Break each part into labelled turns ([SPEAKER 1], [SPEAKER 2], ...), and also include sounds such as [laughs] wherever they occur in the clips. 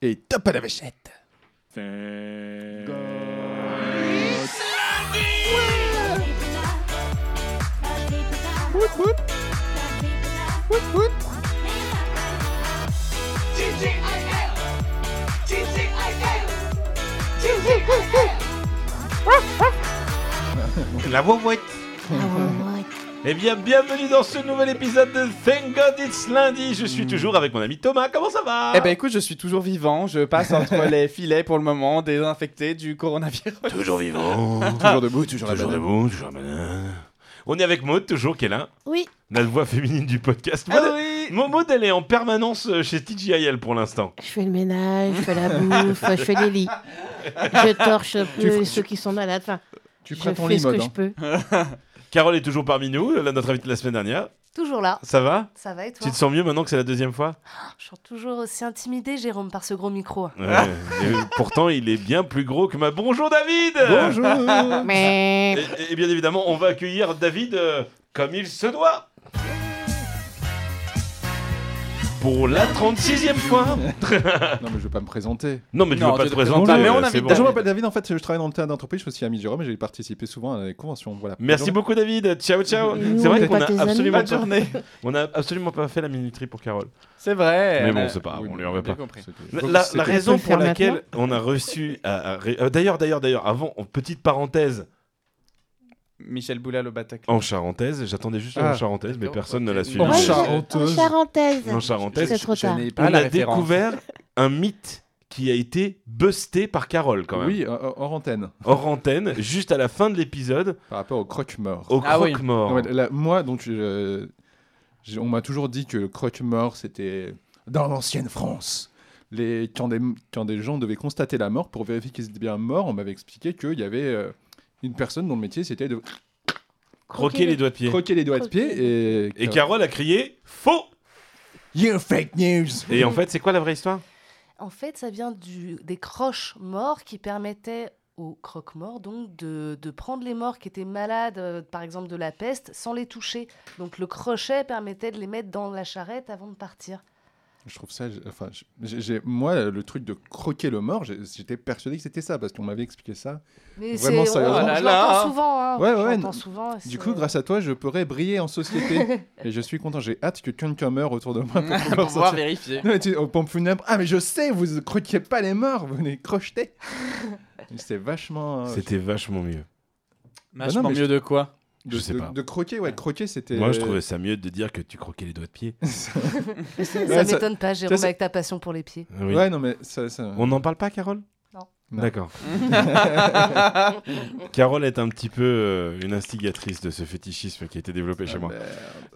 [SPEAKER 1] et Top à la vachette.
[SPEAKER 2] La wouette. Eh bien, bienvenue dans ce nouvel épisode de Thank God It's Lundi. Je suis toujours avec mon ami Thomas. Comment ça va
[SPEAKER 3] Eh ben écoute, je suis toujours vivant, je passe
[SPEAKER 1] [laughs]
[SPEAKER 3] entre les filets pour le moment, désinfecté du coronavirus. Ah.
[SPEAKER 2] Toujours vivant.
[SPEAKER 1] Toujours debout, toujours à
[SPEAKER 2] toujours
[SPEAKER 1] la
[SPEAKER 2] debout, toujours à banane. On est avec Maud, toujours, qui est là.
[SPEAKER 4] Oui.
[SPEAKER 2] La voix féminine du podcast. Maud,
[SPEAKER 3] Ah oui
[SPEAKER 2] Maud, Maud, elle est en permanence euh, chez TGIL pour l'instant.
[SPEAKER 4] Je fais le ménage, je fais la bouffe, je fais les lits. Je torche un peu
[SPEAKER 1] feras-
[SPEAKER 4] ceux qui sont malades. Enfin,
[SPEAKER 1] Tu
[SPEAKER 4] je
[SPEAKER 1] prends ton
[SPEAKER 4] fais
[SPEAKER 1] lit
[SPEAKER 4] ce que
[SPEAKER 1] mode.
[SPEAKER 4] je
[SPEAKER 1] hein.
[SPEAKER 2] [laughs]
[SPEAKER 4] peux.
[SPEAKER 2] Carole est toujours parmi nous, là, notre invitée de la semaine dernière.
[SPEAKER 5] Toujours là,
[SPEAKER 2] Ça va
[SPEAKER 5] ça va et toi
[SPEAKER 2] Tu te sens mieux maintenant que c'est la deuxième [laughs] fois
[SPEAKER 5] Je suis toujours aussi intimidée, Jérôme, par ce gros micro.
[SPEAKER 2] Ouais. Et Pourtant, il est bien plus gros que ma. Bonjour David
[SPEAKER 1] Bonjour
[SPEAKER 4] Mais
[SPEAKER 2] et, et bien évidemment, on va accueillir David euh, comme il se doit. Pour la 36e fois
[SPEAKER 1] Non mais je veux pas me présenter.
[SPEAKER 2] Non, mais tu
[SPEAKER 3] Non,
[SPEAKER 2] veux pas
[SPEAKER 3] tu
[SPEAKER 2] te
[SPEAKER 3] te présentes
[SPEAKER 2] présenter. euh,
[SPEAKER 3] pas, mais on
[SPEAKER 2] c'est
[SPEAKER 3] invite
[SPEAKER 2] bon.
[SPEAKER 3] David.
[SPEAKER 1] Bonjour, je m'appelle David, en fait je travaille dans le théâtre d'entreprise, je suis aussi ami de Jérôme et j'ai participé souvent à des conventions. Voilà.
[SPEAKER 2] Merci
[SPEAKER 1] Bonjour.
[SPEAKER 2] beaucoup David, ciao ciao.
[SPEAKER 4] Et nous,
[SPEAKER 2] C'est
[SPEAKER 4] on
[SPEAKER 2] vrai
[SPEAKER 4] n'est
[SPEAKER 2] qu'on
[SPEAKER 4] pas tes
[SPEAKER 2] a absolument
[SPEAKER 3] Bonne
[SPEAKER 4] amis.
[SPEAKER 2] pas,
[SPEAKER 3] journée
[SPEAKER 2] on a absolument pas fait la minuterie pour Carole.
[SPEAKER 3] C'est vrai
[SPEAKER 2] Mais bon,
[SPEAKER 3] euh,
[SPEAKER 2] c'est pas,
[SPEAKER 1] Oui,
[SPEAKER 2] on lui
[SPEAKER 1] mais
[SPEAKER 2] en veut
[SPEAKER 3] j'ai
[SPEAKER 2] pas.
[SPEAKER 3] compris.
[SPEAKER 2] La,
[SPEAKER 1] Donc,
[SPEAKER 2] la-
[SPEAKER 1] c'est-
[SPEAKER 2] la
[SPEAKER 1] on peut
[SPEAKER 2] raison
[SPEAKER 4] le
[SPEAKER 2] pour
[SPEAKER 4] faire
[SPEAKER 2] laquelle on a reçu. à- à- ré- euh, D'ailleurs, d'ailleurs, d'ailleurs, avant, en petite parenthèse,
[SPEAKER 3] Michel Boulal au Bataclan.
[SPEAKER 2] en charentaise, j'attendais juste
[SPEAKER 1] Ah.
[SPEAKER 2] en charentaise, mais
[SPEAKER 3] D'accord,
[SPEAKER 2] personne
[SPEAKER 3] ok.
[SPEAKER 2] ne l'a
[SPEAKER 1] En
[SPEAKER 2] suivi.
[SPEAKER 4] Moi,
[SPEAKER 1] Ouais,
[SPEAKER 4] je-
[SPEAKER 1] charentaise.
[SPEAKER 4] en charentaise.
[SPEAKER 2] En charentaise.
[SPEAKER 4] C'est trop
[SPEAKER 3] Je
[SPEAKER 4] tard.
[SPEAKER 3] n'ai
[SPEAKER 1] Ah,
[SPEAKER 3] pas
[SPEAKER 2] On
[SPEAKER 3] la
[SPEAKER 2] a
[SPEAKER 3] référence.
[SPEAKER 2] découvert un mythe qui a été busté par Carole quand même.
[SPEAKER 1] Oui, euh, hors antenne,
[SPEAKER 2] Hors antenne, juste à la fin de l'épisode,
[SPEAKER 1] par rapport au croque-mort.
[SPEAKER 2] au
[SPEAKER 3] Ah oui.
[SPEAKER 2] croque-mort.
[SPEAKER 1] Non, mais là, moi, donc, je- j'ai- on m'a toujours dit que le croque-mort, c'était dans l'ancienne France. Les, quand, des, quand des gens devaient constater la mort, pour vérifier qu'ils étaient bien morts, on m'avait expliqué qu'il y avait euh, une personne dont le métier, c'était de
[SPEAKER 2] Croquer les doigts de pied.
[SPEAKER 1] croquer les doigts de
[SPEAKER 4] Croquer.
[SPEAKER 1] pied. Et,
[SPEAKER 2] Et Carole a crié faux
[SPEAKER 1] You fake news
[SPEAKER 2] Et en fait, c'est quoi la vraie histoire
[SPEAKER 5] En fait, ça vient du, des croches morts qui permettaient aux croque-morts donc de, de prendre les morts qui étaient malades, euh, par exemple de la peste, sans les toucher. Donc le crochet permettait de les mettre dans la charrette avant de partir.
[SPEAKER 1] Je trouve ça... j'ai- Enfin, j'ai- j'ai- moi, le truc de croquer le mort, j'ai- j'étais persuadé que c'était ça, parce qu'on m'avait expliqué ça.
[SPEAKER 5] Mais
[SPEAKER 1] Vraiment
[SPEAKER 5] c'est,
[SPEAKER 1] sérieusement
[SPEAKER 5] on-
[SPEAKER 3] Oh là
[SPEAKER 5] je
[SPEAKER 3] là,
[SPEAKER 5] l'entends
[SPEAKER 3] hein.
[SPEAKER 5] souvent. Hein,
[SPEAKER 1] Ouais,
[SPEAKER 5] je
[SPEAKER 1] ouais,
[SPEAKER 5] l'entends
[SPEAKER 1] non.
[SPEAKER 5] souvent. et
[SPEAKER 1] Du
[SPEAKER 5] c'est-
[SPEAKER 1] coup, grâce à toi, je pourrais briller en
[SPEAKER 5] [laughs]
[SPEAKER 1] société. et je suis content. J'ai hâte que quelqu'un meure autour de moi pour pouvoir
[SPEAKER 3] [laughs] Pour pouvoir
[SPEAKER 1] sortir.
[SPEAKER 3] vérifier.
[SPEAKER 1] Non, mais tu- aux pompes funèbres. Ah, mais je sais, vous ne croquiez pas les morts, vous les
[SPEAKER 5] [laughs]
[SPEAKER 1] crochetez. C'est vachement. euh,
[SPEAKER 2] C'était vachement mieux.
[SPEAKER 3] Vachement
[SPEAKER 1] non, mais je-
[SPEAKER 3] mieux de quoi
[SPEAKER 1] de,
[SPEAKER 2] je sais
[SPEAKER 1] de-
[SPEAKER 2] pas.
[SPEAKER 1] De croquer, ouais, croquer, c'était.
[SPEAKER 2] Moi, je
[SPEAKER 1] [laughs]
[SPEAKER 2] trouvais ça mieux de dire que tu croquais les doigts de pied.
[SPEAKER 5] ça
[SPEAKER 1] Ouais, ça-
[SPEAKER 5] m'étonne pas, Jérôme,
[SPEAKER 1] ça-
[SPEAKER 5] avec ta passion pour les pieds.
[SPEAKER 2] Ah Oui.
[SPEAKER 1] Ouais, non, mais ça. ça-
[SPEAKER 2] On n'en parle pas, Carole
[SPEAKER 5] Non.
[SPEAKER 1] [laughs]
[SPEAKER 2] D'accord. Carole est un petit peu euh, une instigatrice de ce fétichisme qui a été développé chez
[SPEAKER 1] Ah,
[SPEAKER 2] moi.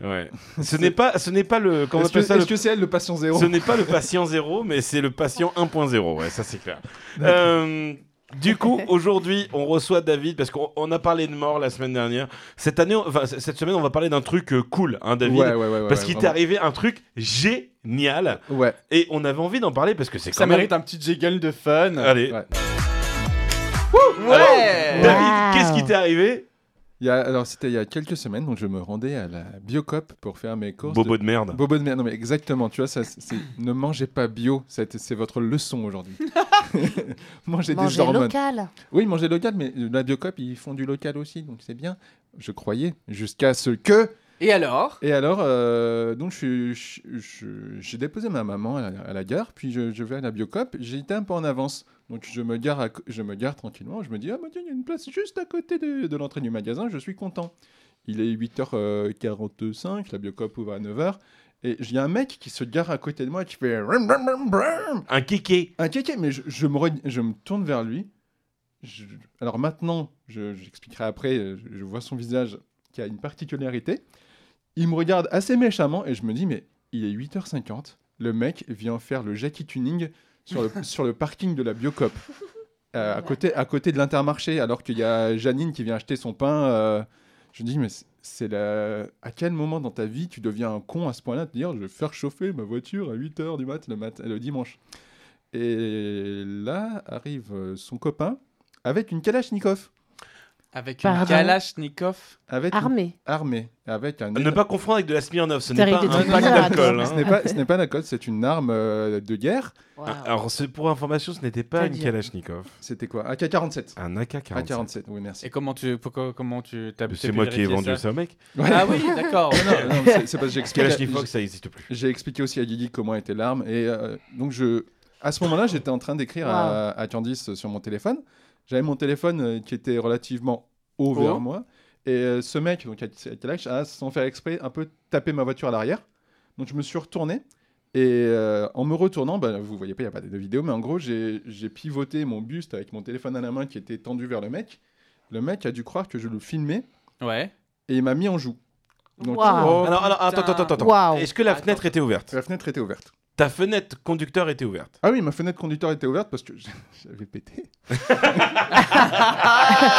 [SPEAKER 1] merde.
[SPEAKER 2] Ouais.
[SPEAKER 1] [laughs]
[SPEAKER 2] Ce n'est pas, ce n'est pas le, comment on
[SPEAKER 1] Est-ce que
[SPEAKER 2] appelle
[SPEAKER 1] est-ce
[SPEAKER 2] ça, le-
[SPEAKER 1] que c'est elle le patient zéro
[SPEAKER 2] ce n'est pas le patient zéro, mais c'est le patient 1.0. Ouais, ça c'est clair.
[SPEAKER 1] D'accord.
[SPEAKER 2] Euh, du coup, aujourd'hui, on reçoit David parce qu'on on a parlé de mort la semaine dernière. Cette année, on- enfin c- cette semaine, on va parler d'un truc euh, cool, hein, David.
[SPEAKER 1] Ouais, ouais, ouais, ouais,
[SPEAKER 2] parce
[SPEAKER 1] ouais,
[SPEAKER 2] qu'il t'est
[SPEAKER 1] vraiment.
[SPEAKER 2] arrivé un truc génial
[SPEAKER 1] Ouais.
[SPEAKER 2] et on avait envie d'en parler parce que c'est quand
[SPEAKER 3] Ça
[SPEAKER 2] même-
[SPEAKER 3] mérite un petit jiggle de fun.
[SPEAKER 2] Allez,
[SPEAKER 1] Ouais.
[SPEAKER 3] Ouais
[SPEAKER 2] David,
[SPEAKER 4] Wow.
[SPEAKER 2] qu'est-ce qui t'est arrivé
[SPEAKER 1] Il y a- alors, c'était il y a quelques semaines, donc je me rendais à la Biocop pour faire mes courses.
[SPEAKER 2] Bobo de merde.
[SPEAKER 1] Bobo de merde, non mais exactement, tu vois, ça, c'est- c'est- ne mangez pas bio, c'est c'est votre leçon aujourd'hui. [laughs] mangez des
[SPEAKER 5] Manger
[SPEAKER 1] hormones.
[SPEAKER 5] local.
[SPEAKER 1] Oui, mangez local, mais la Biocop, ils font du local aussi, donc c'est bien, je croyais, jusqu'à ce que...
[SPEAKER 3] Et alors
[SPEAKER 1] Et alors, euh, donc je suis- je- je- j'ai déposé ma maman à la, à la gare, puis je, je vais à la Biocop, j'étais un peu en avance, donc je me gare, à co- je me gare tranquillement, je me dis, ah bah tiens, il y a une place juste à côté de, de l'entrée du magasin, je suis content. Il est 8h45, la Biocop ouvre à 9h, et il y a un mec qui se gare à côté de moi, qui fait... Rum, rum, rum, rum
[SPEAKER 2] Un kéké.
[SPEAKER 1] un kéké, Ah, mais je, je me, re- je me tourne vers lui. Je- alors maintenant, je- j'expliquerai après, euh, je, je vois son visage qui a une particularité. Il me regarde assez méchamment et je me dis, mais il est 8h50, le mec vient faire le Jackie Tuning sur le, sur le parking de la Biocop. Euh, à, côté, à côté de l'intermarché, alors qu'il y a Janine qui vient acheter son pain. euh, je me dis, mais c'est- c'est la... à quel moment dans ta vie tu deviens un con à ce point-là de dire, je vais faire chauffer ma voiture à 8h du mat le, mat- le dimanche et là arrive euh, son copain avec une Kalachnikov.
[SPEAKER 3] Avec
[SPEAKER 4] Pardon.
[SPEAKER 3] une Kalachnikov.
[SPEAKER 1] Avec une-
[SPEAKER 4] Armé.
[SPEAKER 1] armée, avec un.
[SPEAKER 2] Ne pas confondre avec de la Smirnoff, ce
[SPEAKER 4] Ça
[SPEAKER 2] n'est pas
[SPEAKER 4] arrive
[SPEAKER 2] un
[SPEAKER 4] des
[SPEAKER 2] pack
[SPEAKER 4] trucs bizarres,
[SPEAKER 2] d'alcool.
[SPEAKER 4] attends.
[SPEAKER 1] Ce
[SPEAKER 2] hein.
[SPEAKER 1] n'est pas, ce n'est pas la colle, c'est une arme euh, de guerre.
[SPEAKER 5] Waouh.
[SPEAKER 2] Alors, c'est pour information, ce n'était pas une
[SPEAKER 4] C'est-à-dire
[SPEAKER 2] Kalachnikov,
[SPEAKER 1] C'était quoi AK-47.
[SPEAKER 2] un
[SPEAKER 1] Ah,
[SPEAKER 2] AK-47.
[SPEAKER 1] AK-47, oui, merci.
[SPEAKER 3] Et comment tu pourquoi- comment tu t'as t'as
[SPEAKER 2] C'est
[SPEAKER 3] pu
[SPEAKER 2] moi qui ai
[SPEAKER 3] vérifier
[SPEAKER 2] vendu
[SPEAKER 3] ça
[SPEAKER 2] ça, mec.
[SPEAKER 1] Ouais.
[SPEAKER 3] Ah oui,
[SPEAKER 4] [laughs]
[SPEAKER 3] d'accord.
[SPEAKER 1] Non, non, mais c'est- c'est parce que j'explique.
[SPEAKER 2] Kalachnikov, ça n'existe plus.
[SPEAKER 1] J'ai expliqué aussi à Lily comment était l'arme. Et euh, donc, je, à ce moment-là, j'étais en train d'écrire à, à Candice sur mon téléphone. J'avais mon téléphone euh, qui était relativement haut
[SPEAKER 3] Haut.
[SPEAKER 1] vers moi. Et euh, ce mec, donc à Kalash, a, sans faire exprès, un peu tapé ma voiture à l'arrière. Donc, je me suis retourné. Et euh, en me retournant, bah, vous voyez pas, il n'y a pas de vidéo, mais en gros, j'ai j'ai pivoté mon buste avec mon téléphone à la main qui était tendu vers le mec. Le mec a dû croire que je le filmais
[SPEAKER 3] Ouais.
[SPEAKER 1] et il m'a mis en joue. Donc,
[SPEAKER 4] Waouh.
[SPEAKER 2] Alors, alors, attends,
[SPEAKER 3] putain.
[SPEAKER 2] attends, attends. attends.
[SPEAKER 4] Waouh.
[SPEAKER 2] Est-ce que la
[SPEAKER 3] Attends.
[SPEAKER 2] fenêtre était ouverte
[SPEAKER 1] la fenêtre était ouverte.
[SPEAKER 2] Ta fenêtre conducteur était ouverte.
[SPEAKER 1] Ah oui, ma fenêtre conducteur était ouverte parce que [laughs] j'avais pété.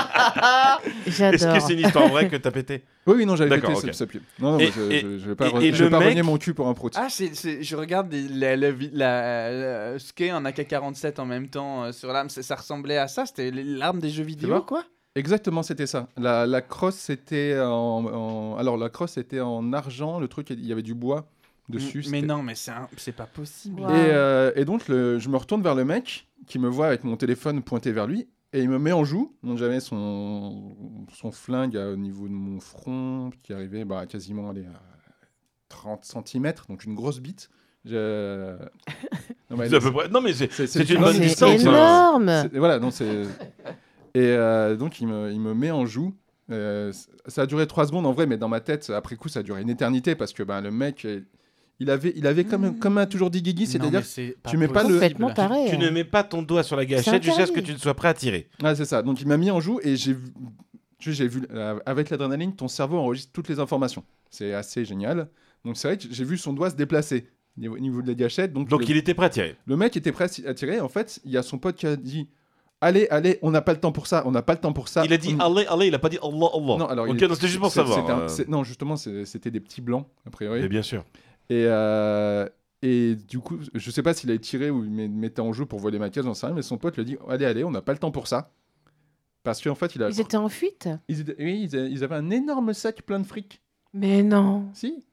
[SPEAKER 2] Est-ce que
[SPEAKER 4] J'adore.
[SPEAKER 2] c'est une histoire vraie que t'as
[SPEAKER 1] [laughs]
[SPEAKER 2] pété
[SPEAKER 1] Oui, oui, non, j'avais
[SPEAKER 2] D'accord,
[SPEAKER 1] pété,
[SPEAKER 2] ok.
[SPEAKER 1] c'est ça pue. Non, non,
[SPEAKER 2] Et-
[SPEAKER 1] mais je,
[SPEAKER 2] et-
[SPEAKER 1] je- je vais pas,
[SPEAKER 2] et-
[SPEAKER 1] re-
[SPEAKER 2] et
[SPEAKER 1] je vais
[SPEAKER 2] le
[SPEAKER 1] pas
[SPEAKER 2] mec-
[SPEAKER 1] rogner mon cul pour un proti.
[SPEAKER 3] Ah, c'est- c'est- je regarde les- la- la vi- la- la- ce qu'est un AK-47 en même temps euh, sur l'arme. c'est- Ça ressemblait à ça C'était l'arme des jeux vidéo,
[SPEAKER 1] vois
[SPEAKER 3] quoi
[SPEAKER 1] Exactement, c'était ça. La, la crosse, c'était en, en- Alors, la crosse était en argent, le truc, il y avait du bois dessus.
[SPEAKER 3] Mais
[SPEAKER 1] c'était-
[SPEAKER 3] non, mais c'est un- c'est pas possible.
[SPEAKER 4] Wow.
[SPEAKER 1] Et, euh, et donc, le- je me retourne vers le mec qui me voit avec mon téléphone pointé vers lui et il me met en joue. Donc, j'avais son, son flingue à- au niveau de mon front qui arrivait bah, quasiment allez, à 30 cm, donc une grosse bite. Je-
[SPEAKER 2] [laughs]
[SPEAKER 1] Non, mais
[SPEAKER 2] C'est à peu près- Non, mais c'est.
[SPEAKER 1] c'est-
[SPEAKER 2] c'est une bonne
[SPEAKER 1] c'est-
[SPEAKER 4] C'est
[SPEAKER 2] distance, hein.
[SPEAKER 4] énorme.
[SPEAKER 1] c'est- Voilà, donc c'est. Et euh, donc, il me, il me met en joue. Euh, c- ça a duré 3 secondes en vrai, mais dans ma tête, après coup, ça a duré une éternité parce que ben, le mec, euh, il avait, il avait comme, comme a toujours dit Guigui, c'est-à-dire. tu mets pas le-
[SPEAKER 4] Complètement taré.
[SPEAKER 1] Oh.
[SPEAKER 4] hein.
[SPEAKER 2] Tu ne mets pas ton doigt sur la gâchette jusqu'à ce que tu ne sois prêt à tirer.
[SPEAKER 1] Ah, c'est ça. Donc, il m'a mis en joue et j'ai vu. tu sais, j'ai vu euh, avec l'adrénaline, ton cerveau enregistre toutes les informations. C'est assez génial. Donc, c'est vrai que j'ai vu son doigt se déplacer au niveau- au niveau de la gâchette. Donc,
[SPEAKER 2] Donc
[SPEAKER 1] le,
[SPEAKER 2] il était prêt à tirer.
[SPEAKER 1] le mec était prêt à tirer. En fait, il y a son pote qui a dit Allez, allez, on n'a pas le temps pour ça, on n'a pas le temps pour ça.
[SPEAKER 2] Il a dit
[SPEAKER 1] On-
[SPEAKER 2] Allah, Allah, il a pas dit Allah, Allah.
[SPEAKER 1] Non, alors,
[SPEAKER 2] Ok,
[SPEAKER 1] il est-
[SPEAKER 2] non, c'était juste pour
[SPEAKER 1] C'est- c'était
[SPEAKER 2] savoir.
[SPEAKER 1] un-
[SPEAKER 2] euh,
[SPEAKER 1] c'est- non, justement, c'est- c'était des petits blancs, a priori.
[SPEAKER 2] Mais bien sûr.
[SPEAKER 1] Et, euh, et du coup, je sais pas s'il avait tiré ou il met- mettait en jeu pour voler ma case, j'en sais rien, mais son pote lui a dit Allez, allez, on n'a pas le temps pour ça. Parce qu'en fait, il a.
[SPEAKER 4] Ils étaient en fuite
[SPEAKER 1] Ils étaient- oui, ils, a- ils avaient un énorme sac plein de fric.
[SPEAKER 4] Mais non.
[SPEAKER 1] Si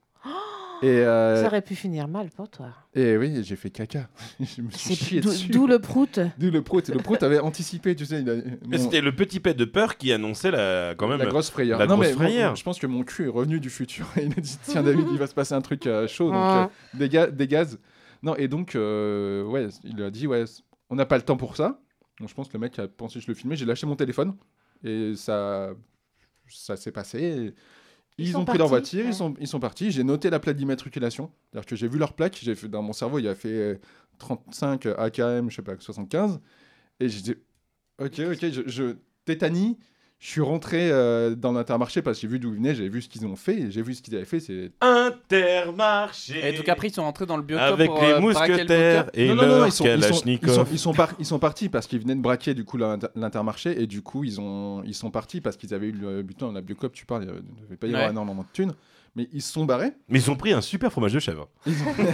[SPEAKER 1] et, euh,
[SPEAKER 4] Oh Ça aurait pu finir mal pour toi.
[SPEAKER 1] et oui, j'ai fait caca. [laughs] je me suis
[SPEAKER 4] C'est
[SPEAKER 1] chié
[SPEAKER 4] d'o-
[SPEAKER 1] dessus.
[SPEAKER 4] d'où le prout.
[SPEAKER 1] D'où le prout. Le prout avait anticipé, tu sais. il a-
[SPEAKER 2] Mais
[SPEAKER 1] mon-
[SPEAKER 2] C'était le petit pet de peur qui annonçait la, quand même.
[SPEAKER 1] La grosse frayeur.
[SPEAKER 2] la
[SPEAKER 1] non,
[SPEAKER 2] grosse
[SPEAKER 1] mais mon-
[SPEAKER 2] frayeur.
[SPEAKER 1] je pense que mon cul est revenu du futur. [laughs] il a dit Tiens, David, il va se passer un truc euh, chaud, donc euh, déga- dégaz. Non, et donc, euh, ouais, il a dit Ouais, c- on n'a pas le temps pour ça. Donc, je pense que le mec a pensé que je le filmais. J'ai lâché mon téléphone et ça, ça s'est passé. Et Ils,
[SPEAKER 4] Ils
[SPEAKER 1] ont
[SPEAKER 4] sont
[SPEAKER 1] pris leur
[SPEAKER 4] partis,
[SPEAKER 1] voiture,
[SPEAKER 4] ouais.
[SPEAKER 1] ils, sont, ils sont partis. J'ai noté la plaque d'immatriculation. C'est-à-dire que j'ai vu leur plaque. J'ai fait, dans mon cerveau, il a fait euh, 35 AKM, je sais pas, 75. Et j'ai dit Ok, ok, je, je tétanie. Je suis rentré euh, dans l'intermarché parce que j'ai vu d'où ils venaient, j'ai vu ce qu'ils ont fait, et j'ai vu ce qu'ils avaient fait. C'est
[SPEAKER 2] Intermarché.
[SPEAKER 3] Et donc après, ils sont rentrés dans le biotope
[SPEAKER 2] Avec
[SPEAKER 3] pour,
[SPEAKER 2] les
[SPEAKER 3] euh, braquer le
[SPEAKER 2] mousquetaires
[SPEAKER 3] bunker.
[SPEAKER 2] et
[SPEAKER 1] Non, non, non,
[SPEAKER 2] leur
[SPEAKER 1] ils sont, ils, sont, ils, sont,
[SPEAKER 2] Kalachnikov.
[SPEAKER 1] ils sont par- ils sont partis parce qu'ils venaient de braquer du coup l'inter- l'intermarché et du coup ils, ont, ils sont partis parce qu'ils avaient eu le butin, la Biocop, tu parles, il ne devait pas y avoir
[SPEAKER 3] Ouais.
[SPEAKER 1] énormément de thunes, mais ils se sont barrés.
[SPEAKER 4] [laughs]
[SPEAKER 2] Mais ils ont pris un super fromage de chèvre.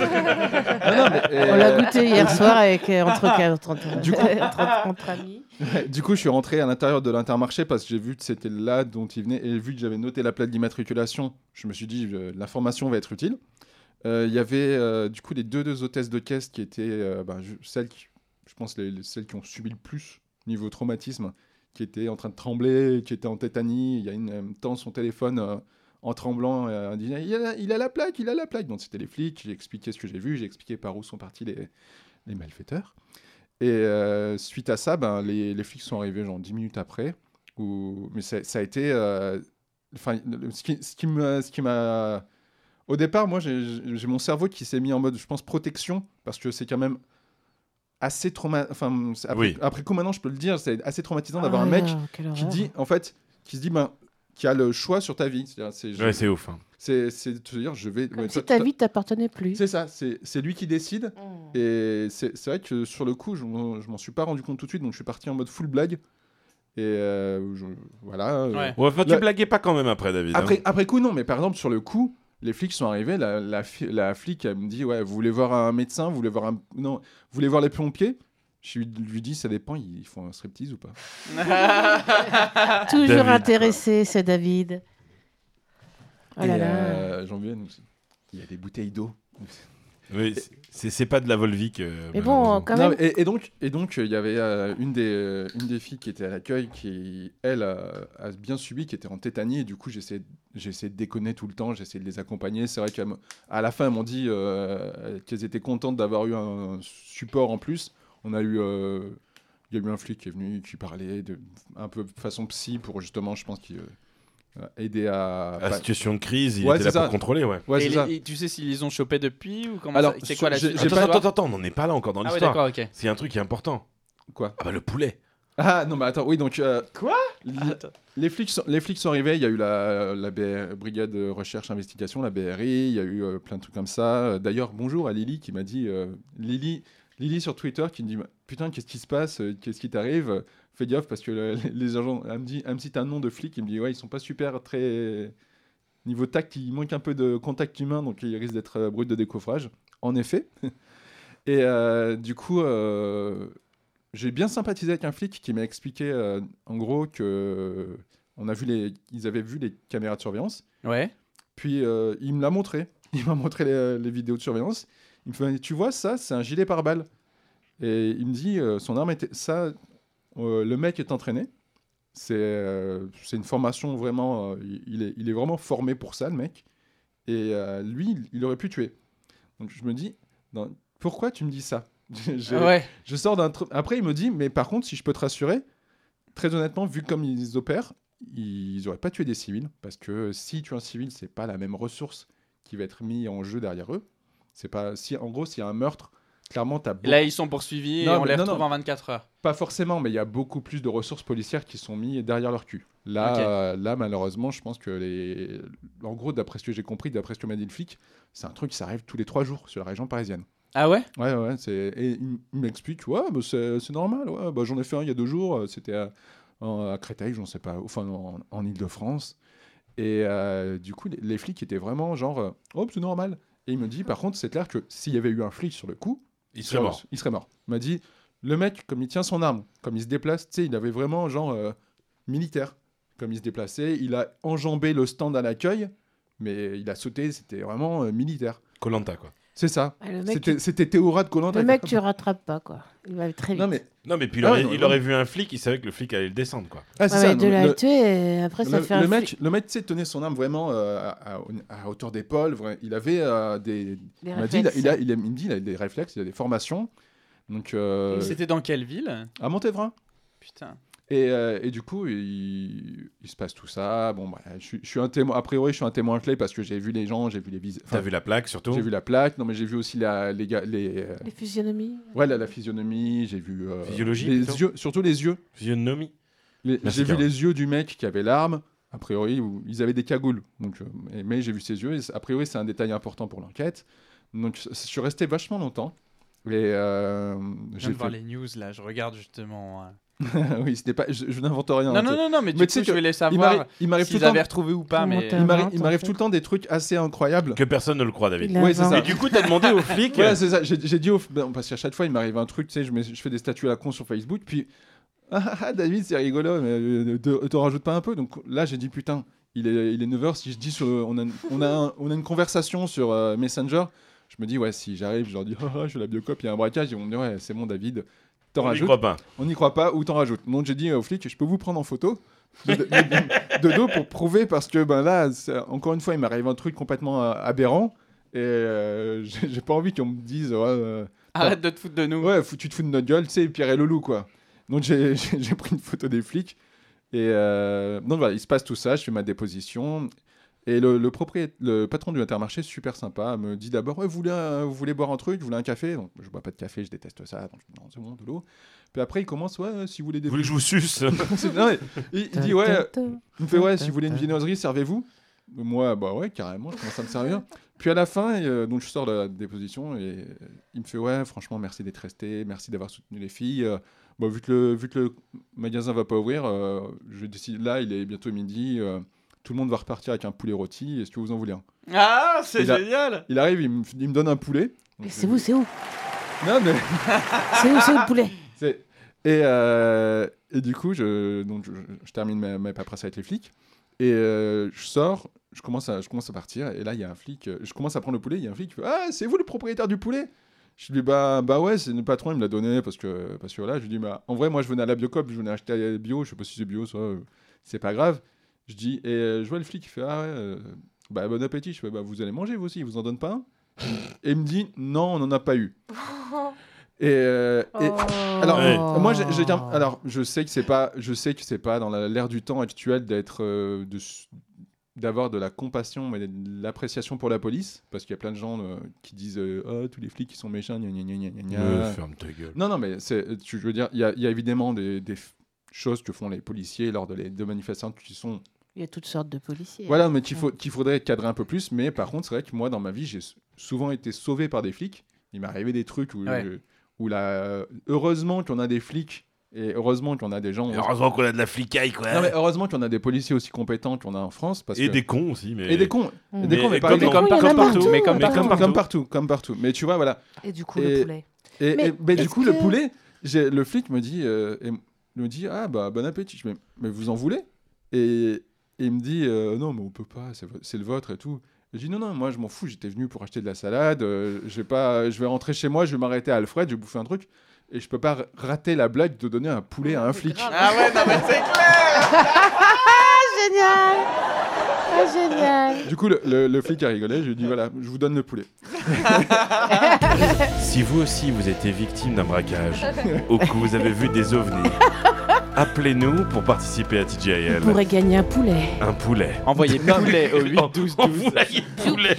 [SPEAKER 1] Non, non, [laughs] mais,
[SPEAKER 4] On
[SPEAKER 1] euh,
[SPEAKER 4] l'a goûté hier soir avec, euh, entre, entre,
[SPEAKER 1] Du coup-
[SPEAKER 4] entre- entre amis.
[SPEAKER 1] [laughs] du coup, je suis rentré à l'intérieur de l'intermarché parce que j'ai vu que c'était là dont ils venaient et vu que j'avais noté la plaque d'immatriculation, je me suis dit euh, l'information va être utile. Euh, Il y avait euh, du coup les deux, deux hôtesses de caisse qui étaient euh, ben, je- celles qui, je pense, les, les- celles qui ont subi le plus niveau traumatisme, qui étaient en train de trembler, qui étaient en tétanie. Il y a une en même temps son téléphone euh, en tremblant, euh, en disant il a, il a la plaque, il a la plaque. Donc c'était les flics, j'ai expliqué ce que j'ai vu, j'ai expliqué par où sont partis les, les malfaiteurs. Et euh, suite à ça, ben, les, les flics sont arrivés genre 10 minutes après. Où... Mais ça, ça a été. euh, Enfin, le- ce qui, ce qui me- ce qui m'a. Au départ, moi, j'ai j'ai mon cerveau qui s'est mis en mode, je pense, protection, parce que c'est quand même assez trauma. Enfin, c'est- après,
[SPEAKER 2] Oui.
[SPEAKER 1] après coup, maintenant, je peux le dire, c'est assez traumatisant
[SPEAKER 4] Oh
[SPEAKER 1] d'avoir un
[SPEAKER 4] là
[SPEAKER 1] mec
[SPEAKER 4] là, quelle
[SPEAKER 1] qui
[SPEAKER 4] horreur.
[SPEAKER 1] dit, en fait, qui se dit, ben, qui a le choix sur ta vie. C'est-à-dire, C'est je-
[SPEAKER 2] Ouais, c'est ouf. hein.
[SPEAKER 1] c'est- c'est de se dire, je vais.
[SPEAKER 4] Comme
[SPEAKER 1] ouais,
[SPEAKER 4] si
[SPEAKER 1] toi-
[SPEAKER 4] ta vie t'appartenait plus. Mm.
[SPEAKER 1] C'est ça, c'est c'est lui qui décide. Et c'est c'est vrai que sur le coup, je m'en je m'en suis pas rendu compte tout de suite, donc je suis parti en mode full blague. Et euh, je- voilà. euh.
[SPEAKER 3] Ouais.
[SPEAKER 2] Ouais, enfin, tu
[SPEAKER 1] La-
[SPEAKER 2] blaguais pas quand même après, David. hein.
[SPEAKER 1] Après, après coup, non, mais par exemple, sur le coup, les flics sont arrivés, la, la, fi- la flic, elle me dit Ouais, vous voulez voir un médecin Vous voulez voir un. Non, vous voulez voir les pompiers Je lui- lui dis, ça dépend, ils font un striptease ou pas.
[SPEAKER 4] Toujours
[SPEAKER 2] David, quoi.
[SPEAKER 4] intéressé, ce David. Oh là
[SPEAKER 1] Et,
[SPEAKER 4] là.
[SPEAKER 1] euh, j'en viens, donc, il y a des bouteilles d'eau.
[SPEAKER 2] Oui, c'est- c'est c'est pas de la Volvic. euh,
[SPEAKER 4] Mais bon,
[SPEAKER 2] malheureusement.
[SPEAKER 4] quand
[SPEAKER 1] Non,
[SPEAKER 4] même.
[SPEAKER 1] mais- et, et donc, et donc, euh, il y avait euh, une des euh, une des filles qui était à l'accueil, qui elle a, a bien subi, qui était en tétanie. Et du coup, j'essaie j'essaie de déconner tout le temps, j'essaie de les accompagner. C'est vrai qu'à m- à la fin, elles m'ont dit euh, qu'elles étaient contentes d'avoir eu un support en plus. On a eu euh, il y a eu un flic qui est venu, qui parlait de un peu façon psy pour justement, je pense, qui euh, aider à.
[SPEAKER 2] À situation de crise, il
[SPEAKER 1] Ouais,
[SPEAKER 2] était
[SPEAKER 1] c'est
[SPEAKER 2] là
[SPEAKER 1] ça.
[SPEAKER 2] pour contrôler, ouais.
[SPEAKER 1] ouais,
[SPEAKER 3] Ah, et,
[SPEAKER 1] c'est ça.
[SPEAKER 3] les- et tu sais s'ils les ont chopés depuis ou comment
[SPEAKER 1] Alors,
[SPEAKER 3] ça- c'est
[SPEAKER 1] je-
[SPEAKER 3] quoi la
[SPEAKER 1] j'ai-
[SPEAKER 3] suite
[SPEAKER 1] j'ai
[SPEAKER 2] Attends,
[SPEAKER 1] pas-
[SPEAKER 2] attends, attends, on n'en est pas là encore dans
[SPEAKER 3] Ah ouais,
[SPEAKER 2] l'histoire.
[SPEAKER 3] d'accord, ok.
[SPEAKER 2] c'est un truc qui est important.
[SPEAKER 1] Quoi
[SPEAKER 2] Ah bah le poulet.
[SPEAKER 1] Ah non, mais attends, oui, donc. euh,
[SPEAKER 3] Quoi
[SPEAKER 1] l-
[SPEAKER 3] Attends.
[SPEAKER 1] Les flics, sont, les flics sont arrivés, il y a eu la, la BR brigade de recherche investigation, la BRI, il y a eu euh, plein de trucs comme ça. Euh, D'ailleurs, bonjour à Lily qui m'a dit, euh, Lily, Lily sur Twitter qui me dit, putain, qu'est-ce qui se passe euh, Qu'est-ce qui t'arrive Euh, Fais gaffe parce que le- les agents, elle me dit, elle me cite un nom de flic, il me dit, ouais, ils sont pas super très... Niveau tact, il manque un peu de contact humain, donc il risque d'être euh, brut de décoffrage. En effet. [laughs] Et euh, du coup, euh, j'ai bien sympathisé avec un flic qui m'a expliqué, euh, en gros, que euh, on a vu les, ils avaient vu les caméras de surveillance.
[SPEAKER 3] Ouais.
[SPEAKER 1] Puis euh, il me l'a montré. [laughs] Il m'a montré les, les vidéos de surveillance. Il me fait, tu vois, ça, c'est un gilet pare-balles. Et il me dit, euh, son arme était ça. euh, le mec est entraîné. C'est euh, c'est une formation vraiment. euh, il, est, il est vraiment formé pour ça, le mec. Et euh, lui, il, il aurait pu tuer. Donc je me dis, dans- pourquoi tu me dis ça [laughs] J'ai-
[SPEAKER 3] Ah Ouais.
[SPEAKER 1] je sors d'un truc. Après, il me dit, mais par contre, si je peux te rassurer, très honnêtement, vu comme ils opèrent, ils auraient pas tué des civils. Parce que si tu un civil, c'est pas la même ressource qui va être mise en jeu derrière eux. C'est pas si En gros, s'il y a un meurtre, clairement, t'as beau-
[SPEAKER 3] Là, ils sont poursuivis
[SPEAKER 1] Non,
[SPEAKER 3] et on
[SPEAKER 1] mais-
[SPEAKER 3] les
[SPEAKER 1] non,
[SPEAKER 3] retrouve
[SPEAKER 1] non.
[SPEAKER 3] en 24 heures.
[SPEAKER 1] pas forcément, mais il y a beaucoup plus de ressources policières qui sont mises derrière leur cul. Là,
[SPEAKER 3] Ok.
[SPEAKER 1] euh, là malheureusement, je pense que les. En gros, d'après ce que j'ai compris, d'après ce que m'a dit le flic, c'est un truc qui arrive tous les trois jours sur la région parisienne.
[SPEAKER 3] Ah ouais
[SPEAKER 1] Ouais, ouais, c'est... Et il m- il m'explique, ouais, bah, c'est, c'est normal, ouais, bah, j'en ai fait un il y a deux jours, euh, c'était à, en- à Créteil, j'en sais pas, enfin en, en Ile-de-France. Et euh, du coup, les, les flics étaient vraiment genre, euh, oh, c'est normal. Et il me dit, par contre, c'est clair que s'il y avait eu un flic sur le coup,
[SPEAKER 2] Il serait mort.
[SPEAKER 1] il serait mort. Il m'a dit, le mec, comme il tient son arme, comme il se déplace, tu sais, il avait vraiment genre euh, militaire, comme il se déplaçait, il a enjambé le stand à l'accueil, mais il a sauté, c'était vraiment euh, militaire.
[SPEAKER 2] Colanta quoi.
[SPEAKER 1] C'est ça.
[SPEAKER 4] Ah, le, mec,
[SPEAKER 1] C'était, c'était Théora de Colanta.
[SPEAKER 4] le mec, tu le rattrapes pas, quoi. Il va très vite.
[SPEAKER 1] Non mais
[SPEAKER 2] Non mais puis il
[SPEAKER 1] Ah,
[SPEAKER 2] aurait,
[SPEAKER 1] non,
[SPEAKER 2] il
[SPEAKER 1] non.
[SPEAKER 2] aurait vu un flic, il savait que le flic allait le descendre quoi.
[SPEAKER 1] ah,
[SPEAKER 4] Ouais,
[SPEAKER 1] c'est ça,
[SPEAKER 4] mais de
[SPEAKER 1] le-
[SPEAKER 4] la
[SPEAKER 1] le-
[SPEAKER 4] tuer, et après, ça
[SPEAKER 1] le,
[SPEAKER 4] fait un
[SPEAKER 1] le
[SPEAKER 4] flic.
[SPEAKER 1] mec, le mec, tu sais, tenait son arme vraiment euh, à, à- à hauteur d'épaule. vra- Il avait euh, des.
[SPEAKER 5] Les
[SPEAKER 1] il m'a dit, il a- il a- il a- il me dit, il a des réflexes, il a des formations. Donc euh,
[SPEAKER 3] C'était dans quelle ville
[SPEAKER 1] à Montévrain.
[SPEAKER 3] Putain.
[SPEAKER 1] Et, euh, et du coup, il, il se passe tout ça. Bon, bah, je, suis- je suis un témoin. A priori, je suis un témoin clé parce que j'ai vu les gens, j'ai vu les vis.
[SPEAKER 2] T'as
[SPEAKER 1] enfin,
[SPEAKER 2] vu la plaque surtout
[SPEAKER 1] J'ai vu la plaque. Non, mais j'ai vu aussi la, les, gars- les. euh,
[SPEAKER 4] Les physionomies.
[SPEAKER 1] ouais, la, la physionomie. J'ai vu. euh,
[SPEAKER 2] Physiologie,
[SPEAKER 1] Les
[SPEAKER 2] plutôt.
[SPEAKER 1] yeux, surtout les yeux.
[SPEAKER 2] Physionomie.
[SPEAKER 1] Les-
[SPEAKER 2] Merci,
[SPEAKER 1] J'ai vu
[SPEAKER 2] Karl.
[SPEAKER 1] les yeux du mec qui avait l'arme. A priori, où- ils avaient des cagoules. Donc, euh, mais- mais j'ai vu ses yeux. et c- a priori, c'est un détail important pour l'enquête. Donc, c- je suis resté vachement longtemps. Et euh,
[SPEAKER 3] Je viens
[SPEAKER 1] j'ai
[SPEAKER 3] de voir
[SPEAKER 1] fait...
[SPEAKER 3] les news là, je regarde justement. hein.
[SPEAKER 1] [laughs] oui, c'était pas. Je, je n'invente rien.
[SPEAKER 3] Non,
[SPEAKER 1] ok.
[SPEAKER 3] non, non, non, mais,
[SPEAKER 1] Mais
[SPEAKER 3] du
[SPEAKER 1] tu sais
[SPEAKER 3] coup, je
[SPEAKER 1] que
[SPEAKER 3] voulais
[SPEAKER 1] Il
[SPEAKER 3] savoir
[SPEAKER 1] m'arrive- il m'arrive tout le
[SPEAKER 3] s'ils
[SPEAKER 1] temps.
[SPEAKER 3] avaient retrouvé ou pas,
[SPEAKER 4] Comment
[SPEAKER 3] mais.
[SPEAKER 4] t'as-
[SPEAKER 1] Il m'arrive-
[SPEAKER 4] Invente,
[SPEAKER 1] il
[SPEAKER 4] en
[SPEAKER 1] m'arrive
[SPEAKER 4] fait.
[SPEAKER 1] tout le temps des trucs assez incroyables.
[SPEAKER 2] Que personne ne le croit David.
[SPEAKER 4] Il a
[SPEAKER 1] Oui, c'est ça.
[SPEAKER 2] Et
[SPEAKER 4] vingt.
[SPEAKER 2] du coup t'as demandé au flic. euh,
[SPEAKER 1] Voilà, c'est ça. J'ai j'ai dit au... non, parce qu'à chaque fois, il m'arrive un truc. Tu sais, je, mets- je fais des statuts à la con sur Facebook, puis [laughs] ah, ah, ah, David, c'est rigolo, mais euh, te- t'en rajoutes pas un peu. Donc là, j'ai dit putain, il est, il est 9h. Si je dis, sur, on, a, une- on, a un- on a une conversation sur euh, Messenger, je me dis, ouais, si j'arrive, je leur dis, [laughs] ah, ah, je suis la biocop, il y a un braquage, ils vont me dire, ouais, c'est bon, David, t'en
[SPEAKER 2] on y
[SPEAKER 1] rajoutes.
[SPEAKER 2] croit pas.
[SPEAKER 1] On n'y croit pas ou t'en rajoutes. Donc j'ai dit euh, aux flics, je peux vous prendre en photo de, de- de- de dos pour prouver parce que ben là, ça- encore une fois, il m'arrive un truc complètement euh, aberrant et euh, [laughs] j'ai j'ai pas envie qu'on me dise ouais, euh,
[SPEAKER 3] [laughs] Arrête de te foutre de nous.
[SPEAKER 1] ouais, fou- tu te fous de notre gueule, tu sais, Pierre et Loulou quoi. Donc j'ai [laughs] j'ai- j'ai pris une photo des flics et euh, donc voilà, il se passe tout ça, je fais ma déposition. Et le, le, propriét- le patron du Intermarché, super sympa, me dit d'abord ouais, vous, voulez, un- vous voulez boire un truc Vous voulez un café Donc, Je bois pas de café, je déteste ça. Donc, non, c'est bon, de l'eau. Puis après, il commence Ouais, si vous voulez des
[SPEAKER 2] Vous voulez que je vous [laughs] suce
[SPEAKER 1] c'est- non, mais il, il dit ouais, il me fait ouais, si vous voulez une viennoiserie, servez-vous. Moi, bah ouais, carrément, je commence à me servir. Puis à la fin, euh, donc je sors de la déposition et euh, il me fait ouais, franchement, merci d'être resté, merci d'avoir soutenu les filles. Euh, bon, vu que le, vu que le magasin va pas ouvrir, euh, je décide là, il est bientôt midi, euh, tout le monde va repartir avec un poulet rôti. Est-ce que vous en voulez un
[SPEAKER 3] Ah, c'est
[SPEAKER 1] Il a-
[SPEAKER 3] génial
[SPEAKER 1] Il arrive, il me, il me donne un poulet.
[SPEAKER 4] Et C'est où, c'est où
[SPEAKER 1] Non mais Ah.
[SPEAKER 4] C'est où, c'est où le poulet
[SPEAKER 1] C'est- Et, euh, et du coup, je, donc, je, je termine ma, ma paperasse avec les flics. Et euh, je sors, je commence, à, je commence à partir. Et là, il y a un flic. euh, Je commence à prendre le poulet. Il y a un flic qui fait Ah, c'est vous le propriétaire du poulet Je lui dis Bah, bah ouais, c'est le patron, il me l'a donné. Parce que, parce que là, je lui dis bah, En vrai, moi, je venais à la Biocop, je venais acheter à la bio. Je sais pas si c'est bio, ça, euh, c'est pas grave. Je dis Et euh, je vois le flic qui fait Ah ouais, euh, bah, bon appétit. Je fais Bah, vous allez manger, vous aussi, il vous en donne pas un Et il me dit Non, on n'en a pas eu. Et, euh, et, alors,
[SPEAKER 4] Oh.
[SPEAKER 1] euh,
[SPEAKER 2] Ouais.
[SPEAKER 1] moi, j'ai- j'ai qu'un- alors, je sais que c'est pas, je sais que c'est pas dans la- l'ère du temps actuel d'être, euh, de s- d'avoir de la compassion et de l'appréciation pour la police, parce qu'il y a plein de gens euh, qui disent, euh, Ah, tous les flics qui sont méchants, gna gna gna gna gna gna.
[SPEAKER 2] ferme ta gueule.
[SPEAKER 1] Non, non, mais c'est, tu- je veux dire, il y, a- il y a évidemment des, des f- choses que font les policiers lors de, les, de manifestations qui sont
[SPEAKER 4] Il y a toutes sortes de policiers.
[SPEAKER 1] voilà, mais qu'il faut- qu'il faudrait cadrer un peu plus. Mais par contre, c'est vrai que moi, dans ma vie, j'ai s- souvent été sauvé par des flics. Il m'est arrivé des trucs où,
[SPEAKER 3] Ouais.
[SPEAKER 1] je- où la... heureusement qu'on a des flics et heureusement qu'on a des gens.
[SPEAKER 2] Heureusement qu'on a de la flicaille, quoi.
[SPEAKER 1] Non, mais heureusement qu'on a des policiers aussi compétents qu'on a en France. Parce
[SPEAKER 2] Et
[SPEAKER 1] que-
[SPEAKER 2] des cons aussi, mais.
[SPEAKER 1] et des cons.
[SPEAKER 4] Mm.
[SPEAKER 1] Et des cons, mais,
[SPEAKER 2] et
[SPEAKER 1] pas
[SPEAKER 2] comme
[SPEAKER 1] des
[SPEAKER 2] dans-
[SPEAKER 1] cons.
[SPEAKER 2] comme
[SPEAKER 4] Oui, il y en a
[SPEAKER 2] partout.
[SPEAKER 4] partout,
[SPEAKER 3] Mais comme
[SPEAKER 2] Mais comme
[SPEAKER 3] partout.
[SPEAKER 1] Comme
[SPEAKER 2] partout.
[SPEAKER 1] partout, comme partout. Mais tu vois, voilà.
[SPEAKER 5] Et du coup,
[SPEAKER 1] Et-
[SPEAKER 5] le poulet.
[SPEAKER 1] Et,
[SPEAKER 4] Mais
[SPEAKER 1] et- mais du
[SPEAKER 4] est-ce
[SPEAKER 1] coup, le
[SPEAKER 4] que-
[SPEAKER 1] poulet, j'ai- le flic me dit, euh, et m- me dit Ah, bah, bon appétit. Je dis, mais vous en voulez et, et il me dit euh, Non, mais on peut pas, c'est vo- c'est le vôtre et tout. Et je dis Non, non, moi, je m'en fous, j'étais venu pour acheter de la salade, euh, je vais pas, je vais rentrer chez moi, je vais m'arrêter à Alfred, je vais bouffer un truc. Et je peux pas r- rater la blague de donner un poulet à un
[SPEAKER 5] C'est
[SPEAKER 1] flic.
[SPEAKER 5] grave.
[SPEAKER 3] Ah ouais, non, mais c'est clair
[SPEAKER 4] Génial Ah, Génial
[SPEAKER 1] Du coup, le, le- le flic a rigolé, je lui ai dit Voilà, je vous donne le poulet.
[SPEAKER 2] Si vous aussi vous étiez victime d'un braquage ou que vous avez vu des ovnis, appelez-nous pour participer à TGIL.
[SPEAKER 4] On pourrait gagner un poulet.
[SPEAKER 1] [laughs]
[SPEAKER 2] Un poulet.
[SPEAKER 3] Envoyez poulet au 8 12 12.
[SPEAKER 2] Envoyez [laughs] poulet.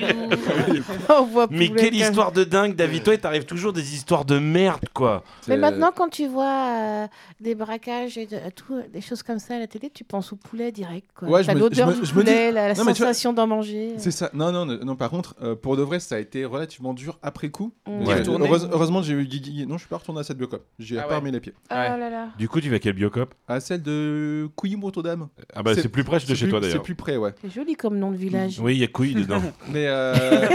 [SPEAKER 4] On voit poulet.
[SPEAKER 2] Mais quelle
[SPEAKER 4] comme-
[SPEAKER 2] histoire de dingue, David. Toi, il t'arrive toujours des histoires de merde, quoi.
[SPEAKER 4] Mais
[SPEAKER 1] C'est-
[SPEAKER 4] maintenant, quand tu vois euh, des braquages et de- euh, tout, des choses comme ça à la télé, tu penses au poulet direct. Quoi.
[SPEAKER 1] Ouais, je
[SPEAKER 4] T'as
[SPEAKER 1] me-
[SPEAKER 4] l'odeur
[SPEAKER 1] je me-
[SPEAKER 4] du
[SPEAKER 1] je me dis-
[SPEAKER 4] poulet, la, la
[SPEAKER 1] Non, mais tu vois-
[SPEAKER 4] sensation d'en manger.
[SPEAKER 1] C'est ça. Non, non, non, non, par contre, euh, pour de vrai, ça a été relativement dur après coup.
[SPEAKER 4] Mm.
[SPEAKER 1] Parce
[SPEAKER 2] Ouais.
[SPEAKER 1] que
[SPEAKER 3] Tourner.
[SPEAKER 1] heureuse- heureusement, j'ai eu Guigui. Non, je suis pas retourné à cette biocop. J'ai
[SPEAKER 3] Ah
[SPEAKER 1] pas
[SPEAKER 3] ouais.
[SPEAKER 1] remis les pieds.
[SPEAKER 4] Oh là là.
[SPEAKER 2] Du coup, tu vas à quel biocop
[SPEAKER 1] À Ah, celle de Couilly-Montodame.
[SPEAKER 2] Ah bah,
[SPEAKER 1] C'est-
[SPEAKER 2] c'est plus proche de
[SPEAKER 1] C'est
[SPEAKER 2] chez
[SPEAKER 1] plus-
[SPEAKER 2] toi,
[SPEAKER 1] C'est
[SPEAKER 2] d'ailleurs.
[SPEAKER 1] plus près, ouais.
[SPEAKER 4] C'est joli comme nom de village.
[SPEAKER 2] Oui, il y a couille dedans.
[SPEAKER 1] Mais
[SPEAKER 2] [laughs]
[SPEAKER 1] euh,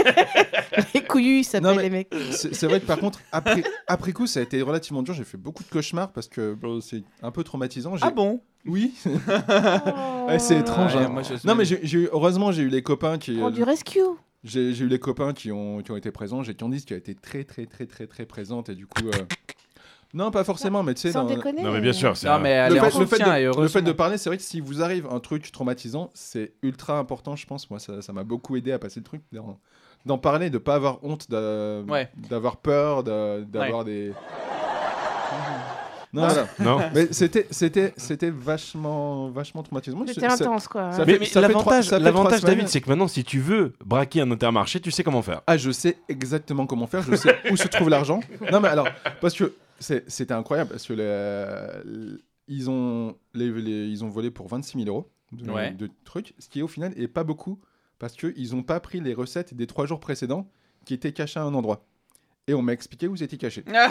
[SPEAKER 4] [laughs] Les couillus, ils s'appellent
[SPEAKER 1] Non, mais-
[SPEAKER 4] les mecs.
[SPEAKER 1] c'est c'est vrai que par contre, après, après coup, ça a été relativement dur. J'ai fait beaucoup de cauchemars parce que bon, c'est un peu traumatisant. J'ai-
[SPEAKER 3] Ah bon
[SPEAKER 1] Oui. [laughs] Ouais, c'est étrange.
[SPEAKER 3] Ouais,
[SPEAKER 1] hein.
[SPEAKER 3] moi, je-
[SPEAKER 1] Non, mais j'ai j'ai eu- heureusement, j'ai eu les copains qui. euh,
[SPEAKER 4] Prends Oh. du rescue.
[SPEAKER 1] J'ai j'ai eu les copains qui ont, qui ont été présents. J'ai Candice qui a été très, très, très, très, très présente. Et du coup. euh, Non, pas forcément, mais tu sais.
[SPEAKER 4] Sans
[SPEAKER 1] dans-
[SPEAKER 4] déconner.
[SPEAKER 2] Non, mais bien sûr, c'est
[SPEAKER 3] Non,
[SPEAKER 2] un-
[SPEAKER 3] mais elle
[SPEAKER 1] le,
[SPEAKER 3] est en
[SPEAKER 1] fait, le fait
[SPEAKER 3] soutien, et
[SPEAKER 1] de, le fait de
[SPEAKER 3] heureusement.
[SPEAKER 1] parler, c'est vrai que si vous arrive un truc traumatisant, c'est ultra important, je pense. Moi, ça ça m'a beaucoup aidé à passer le truc, d'en, d'en parler, de pas avoir honte, d'a-
[SPEAKER 3] Ouais.
[SPEAKER 1] d'avoir peur, d'a-
[SPEAKER 3] [laughs]
[SPEAKER 1] d'avoir des. Non, voilà.
[SPEAKER 2] Non
[SPEAKER 1] mais c'était, c'était, c'était vachement, vachement traumatisant. Moi,
[SPEAKER 4] C'était
[SPEAKER 1] c'est- ça-
[SPEAKER 4] intense, quoi.
[SPEAKER 1] ça fait-
[SPEAKER 2] Mais, mais
[SPEAKER 1] ça fait trois-
[SPEAKER 2] l'avantage,
[SPEAKER 1] ça fait
[SPEAKER 2] l'avantage,
[SPEAKER 1] trois semaines.
[SPEAKER 2] David, c'est que maintenant, si tu veux braquer un intermarché, tu sais comment faire.
[SPEAKER 1] Ah, je sais exactement comment faire, je sais où se trouve l'argent. Non, mais alors, parce que c'est- c'était incroyable, parce que le- ils, ont, les, les- ils ont volé pour 26 000 euros de,
[SPEAKER 3] Ouais.
[SPEAKER 1] de trucs, ce qui au final est pas beaucoup, parce qu'ils n'ont pas pris les recettes des trois jours précédents qui étaient cachées à un endroit. Et on m'a expliqué où ils étaient cachés.
[SPEAKER 3] Ah.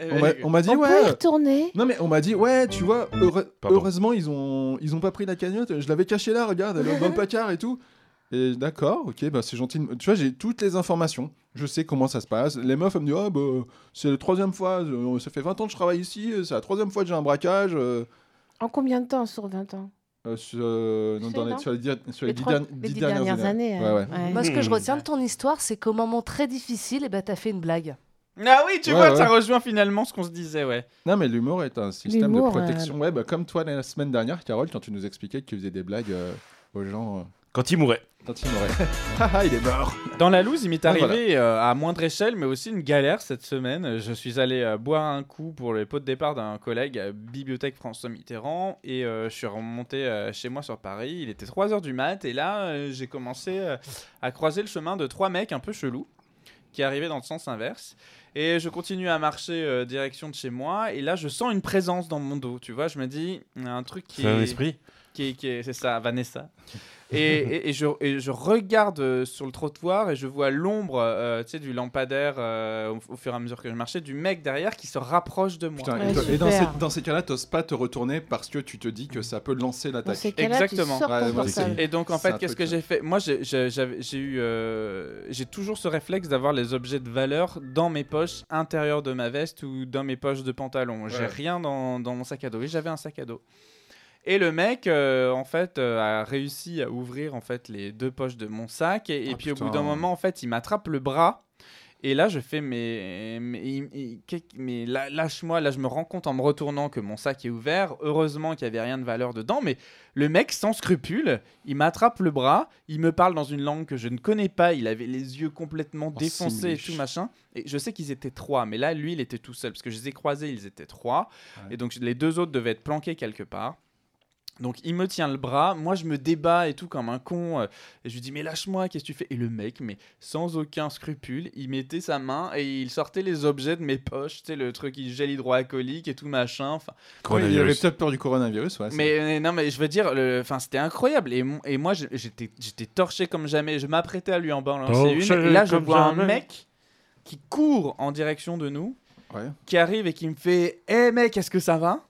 [SPEAKER 3] Euh,
[SPEAKER 1] On m'a- on m'a dit,
[SPEAKER 4] On peut y
[SPEAKER 1] ouais.
[SPEAKER 4] retourner.
[SPEAKER 1] Non, mais on m'a dit, ouais, tu vois, heure-
[SPEAKER 2] Pardon.
[SPEAKER 1] heureusement, ils ont, ils ont pas pris la cagnotte. Je l'avais cachée là, regarde, elle est dans le placard et tout. Et d'accord, ok, bah c'est gentil. de me- Tu vois, j'ai toutes les informations. Je sais comment ça se passe. Les meufs, elles me disent, ah, bah, c'est la troisième fois, euh, ça fait 20 ans que je travaille ici, euh, c'est la troisième fois que j'ai un braquage. euh,
[SPEAKER 4] En combien de temps sur 20 ans
[SPEAKER 1] euh, sur, euh, non,
[SPEAKER 4] C'est
[SPEAKER 1] dans les-
[SPEAKER 4] énorme.
[SPEAKER 1] sur les dix, sur les
[SPEAKER 4] Les
[SPEAKER 1] dix
[SPEAKER 4] trois-
[SPEAKER 1] derni-
[SPEAKER 4] les
[SPEAKER 1] dix
[SPEAKER 4] dix dernières, années.
[SPEAKER 1] Ouais,
[SPEAKER 4] hein.
[SPEAKER 1] ouais.
[SPEAKER 4] Ouais.
[SPEAKER 5] Moi, ce que je
[SPEAKER 2] Hmm.
[SPEAKER 5] retiens de ton histoire, c'est qu'au moment très difficile, et ben, t'as fait une blague.
[SPEAKER 3] Ah oui, tu
[SPEAKER 1] Ouais,
[SPEAKER 3] vois,
[SPEAKER 1] ouais.
[SPEAKER 3] ça rejoint finalement ce qu'on se disait, ouais.
[SPEAKER 1] Non, mais l'humour est un système de
[SPEAKER 4] L'humour, euh,
[SPEAKER 1] protection. Ouais, bah, comme toi la semaine dernière, Carole, quand tu nous expliquais que tu faisais des blagues euh, aux gens euh,
[SPEAKER 2] Quand il mourait.
[SPEAKER 1] quand ils mouraient. [laughs] Ah, ah, il est mort!
[SPEAKER 3] Dans la loose, il m'est
[SPEAKER 1] Ah,
[SPEAKER 3] arrivé euh, à moindre échelle, mais aussi une galère cette semaine. Je suis allé euh, boire un coup pour les pots de départ d'un collègue à Bibliothèque François Mitterrand et euh, je suis remonté euh, chez moi sur Paris. Il était 3h du mat et là, euh, j'ai commencé euh, à croiser le chemin de trois mecs un peu chelous qui arrivaient dans le sens inverse. Et je continue à marcher euh, direction de chez moi et là, je sens une présence dans mon dos. Tu vois, je me dis, il y a un truc qui
[SPEAKER 2] C'est un
[SPEAKER 3] est-
[SPEAKER 2] esprit.
[SPEAKER 3] qui est, qui est- c'est ça, Vanessa. Et, et- et je, et je regarde euh, sur le trottoir et je vois l'ombre euh, tu sais, du lampadaire euh, au, au fur et à mesure que je marchais, du mec derrière qui se rapproche de moi.
[SPEAKER 1] Putain,
[SPEAKER 4] Ouais,
[SPEAKER 1] et, toi- et dans, ces,
[SPEAKER 4] super.
[SPEAKER 1] dans ces cas-là, t'oses pas te retourner parce que tu te dis que ça peut lancer
[SPEAKER 4] Dans
[SPEAKER 1] l'attaque.
[SPEAKER 4] ces cas-là, tu
[SPEAKER 3] Exactement.
[SPEAKER 4] sors ton
[SPEAKER 1] Ouais, moi,
[SPEAKER 4] portable.
[SPEAKER 1] c'est-
[SPEAKER 3] Et donc en
[SPEAKER 1] C'est
[SPEAKER 3] fait,
[SPEAKER 1] un
[SPEAKER 3] qu'est-ce que
[SPEAKER 1] truc,
[SPEAKER 3] j'ai fait Moi, j'ai- j'ai j'avais- j'ai eu, euh, j'ai toujours ce réflexe d'avoir les objets de valeur dans mes poches intérieures de ma veste ou dans mes poches de pantalon. J'ai
[SPEAKER 1] Ouais.
[SPEAKER 3] rien dans, dans mon sac à dos. Et j'avais un sac à dos. Et le mec, euh, en fait, euh, a réussi à ouvrir en fait les deux poches de mon sac. Et, et
[SPEAKER 1] Ah,
[SPEAKER 3] puis au bout
[SPEAKER 1] putain.
[SPEAKER 3] d'un moment, en fait, il m'attrape le bras. Et là, je fais mais mais, mais là, lâche-moi. Là, je me rends compte en me retournant que mon sac est ouvert. Heureusement qu'il y avait rien de valeur dedans, mais le mec, sans scrupule, il m'attrape le bras, il me parle dans une langue que je ne connais pas, il avait les yeux complètement
[SPEAKER 1] Oh,
[SPEAKER 3] défoncés et
[SPEAKER 1] Singlish.
[SPEAKER 3] tout machin. Et je sais qu'ils étaient trois, mais là, lui, il était tout seul, parce que je les ai croisés, ils étaient trois.
[SPEAKER 1] Ouais.
[SPEAKER 3] Et donc, les deux autres devaient être planqués quelque part. Donc, il me tient le bras, moi, je me débat et tout comme un con. euh, et je lui dis, mais lâche-moi, qu'est-ce que tu fais Et le mec, mais sans aucun scrupule, il mettait sa main et il sortait les objets de mes poches, tu sais, le truc, il gel hydroalcoolique et tout machin. Enfin,
[SPEAKER 1] Ouais, il avait
[SPEAKER 2] Coronavirus.
[SPEAKER 1] peut-être peur du coronavirus, ouais. c'est-
[SPEAKER 3] mais euh, non, mais je veux dire, le- enfin, c'était incroyable. Et, mon- et moi, je- j'étais, j'étais torché comme jamais. Je m'apprêtais à lui en balancer
[SPEAKER 2] Torché
[SPEAKER 3] une. Et là, je
[SPEAKER 2] Oh, comme
[SPEAKER 3] vois
[SPEAKER 2] jamais.
[SPEAKER 3] un mec qui court en direction de nous,
[SPEAKER 1] Ouais.
[SPEAKER 3] qui arrive et qui me fait Hé mec, est-ce que ça va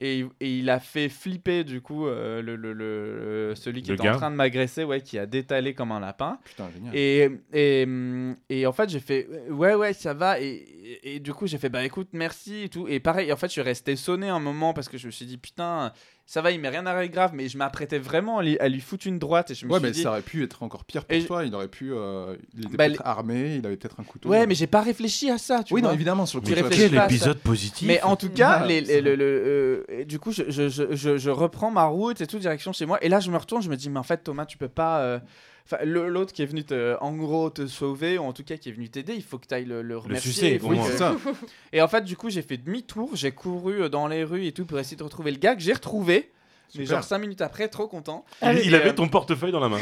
[SPEAKER 3] et, et il a fait flipper du coup euh, le, le- le- le- celui qui
[SPEAKER 2] Le
[SPEAKER 3] était
[SPEAKER 2] gars.
[SPEAKER 3] en train de m'agresser, ouais, qui a détalé comme un lapin.
[SPEAKER 1] Putain, génial.
[SPEAKER 3] Et, et, hum, et en fait, j'ai fait euh, ouais, ouais, ça va. Et, et, et du coup, j'ai fait bah écoute, merci et tout. Et pareil, en fait, je suis resté sonné un moment parce que je me suis dit putain, ça va, il m'est rien arrivé de grave, mais je m'apprêtais vraiment à lui, à lui foutre une droite. Et je me
[SPEAKER 1] Ouais,
[SPEAKER 3] suis
[SPEAKER 1] mais
[SPEAKER 3] dit,
[SPEAKER 1] ça aurait pu être encore pire pour
[SPEAKER 3] Et-
[SPEAKER 1] toi. Il aurait pu. euh, il était
[SPEAKER 3] Bah,
[SPEAKER 1] peut-être armé, il avait peut-être un couteau. euh,
[SPEAKER 3] ouais, mais j'ai pas réfléchi à ça, tu
[SPEAKER 1] Oui,
[SPEAKER 3] vois.
[SPEAKER 1] non, évidemment, sur le
[SPEAKER 3] Tu
[SPEAKER 1] coup,
[SPEAKER 3] réfléchis
[SPEAKER 1] t'aurais-
[SPEAKER 3] pas à ça.
[SPEAKER 2] positif.
[SPEAKER 3] Mais en tout cas,
[SPEAKER 1] Ah,
[SPEAKER 3] les-
[SPEAKER 1] c'est
[SPEAKER 3] les- le, le- euh, et du coup, je, je- je- je- je reprends ma route et tout, direction chez moi. Et là, je me retourne, je me dis, mais en fait, Thomas, tu peux pas. euh, enfin, le- L'autre qui est venu, te, en gros, te sauver, ou en tout cas qui est venu t'aider, il faut que tu ailles le, le remercier. euh,
[SPEAKER 2] sucer,
[SPEAKER 3] il faut
[SPEAKER 2] au
[SPEAKER 1] Oui,
[SPEAKER 2] moins.
[SPEAKER 3] que- [laughs]
[SPEAKER 1] c'est ça.
[SPEAKER 3] Et en fait, du coup, j'ai fait demi-tour, j'ai couru euh, dans les rues et tout pour essayer de retrouver le gars que j'ai retrouvé. Mais
[SPEAKER 1] Super.
[SPEAKER 3] genre 5 minutes après, trop content.
[SPEAKER 2] Il, il
[SPEAKER 3] Et,
[SPEAKER 2] avait
[SPEAKER 3] euh,
[SPEAKER 2] ton portefeuille dans la main.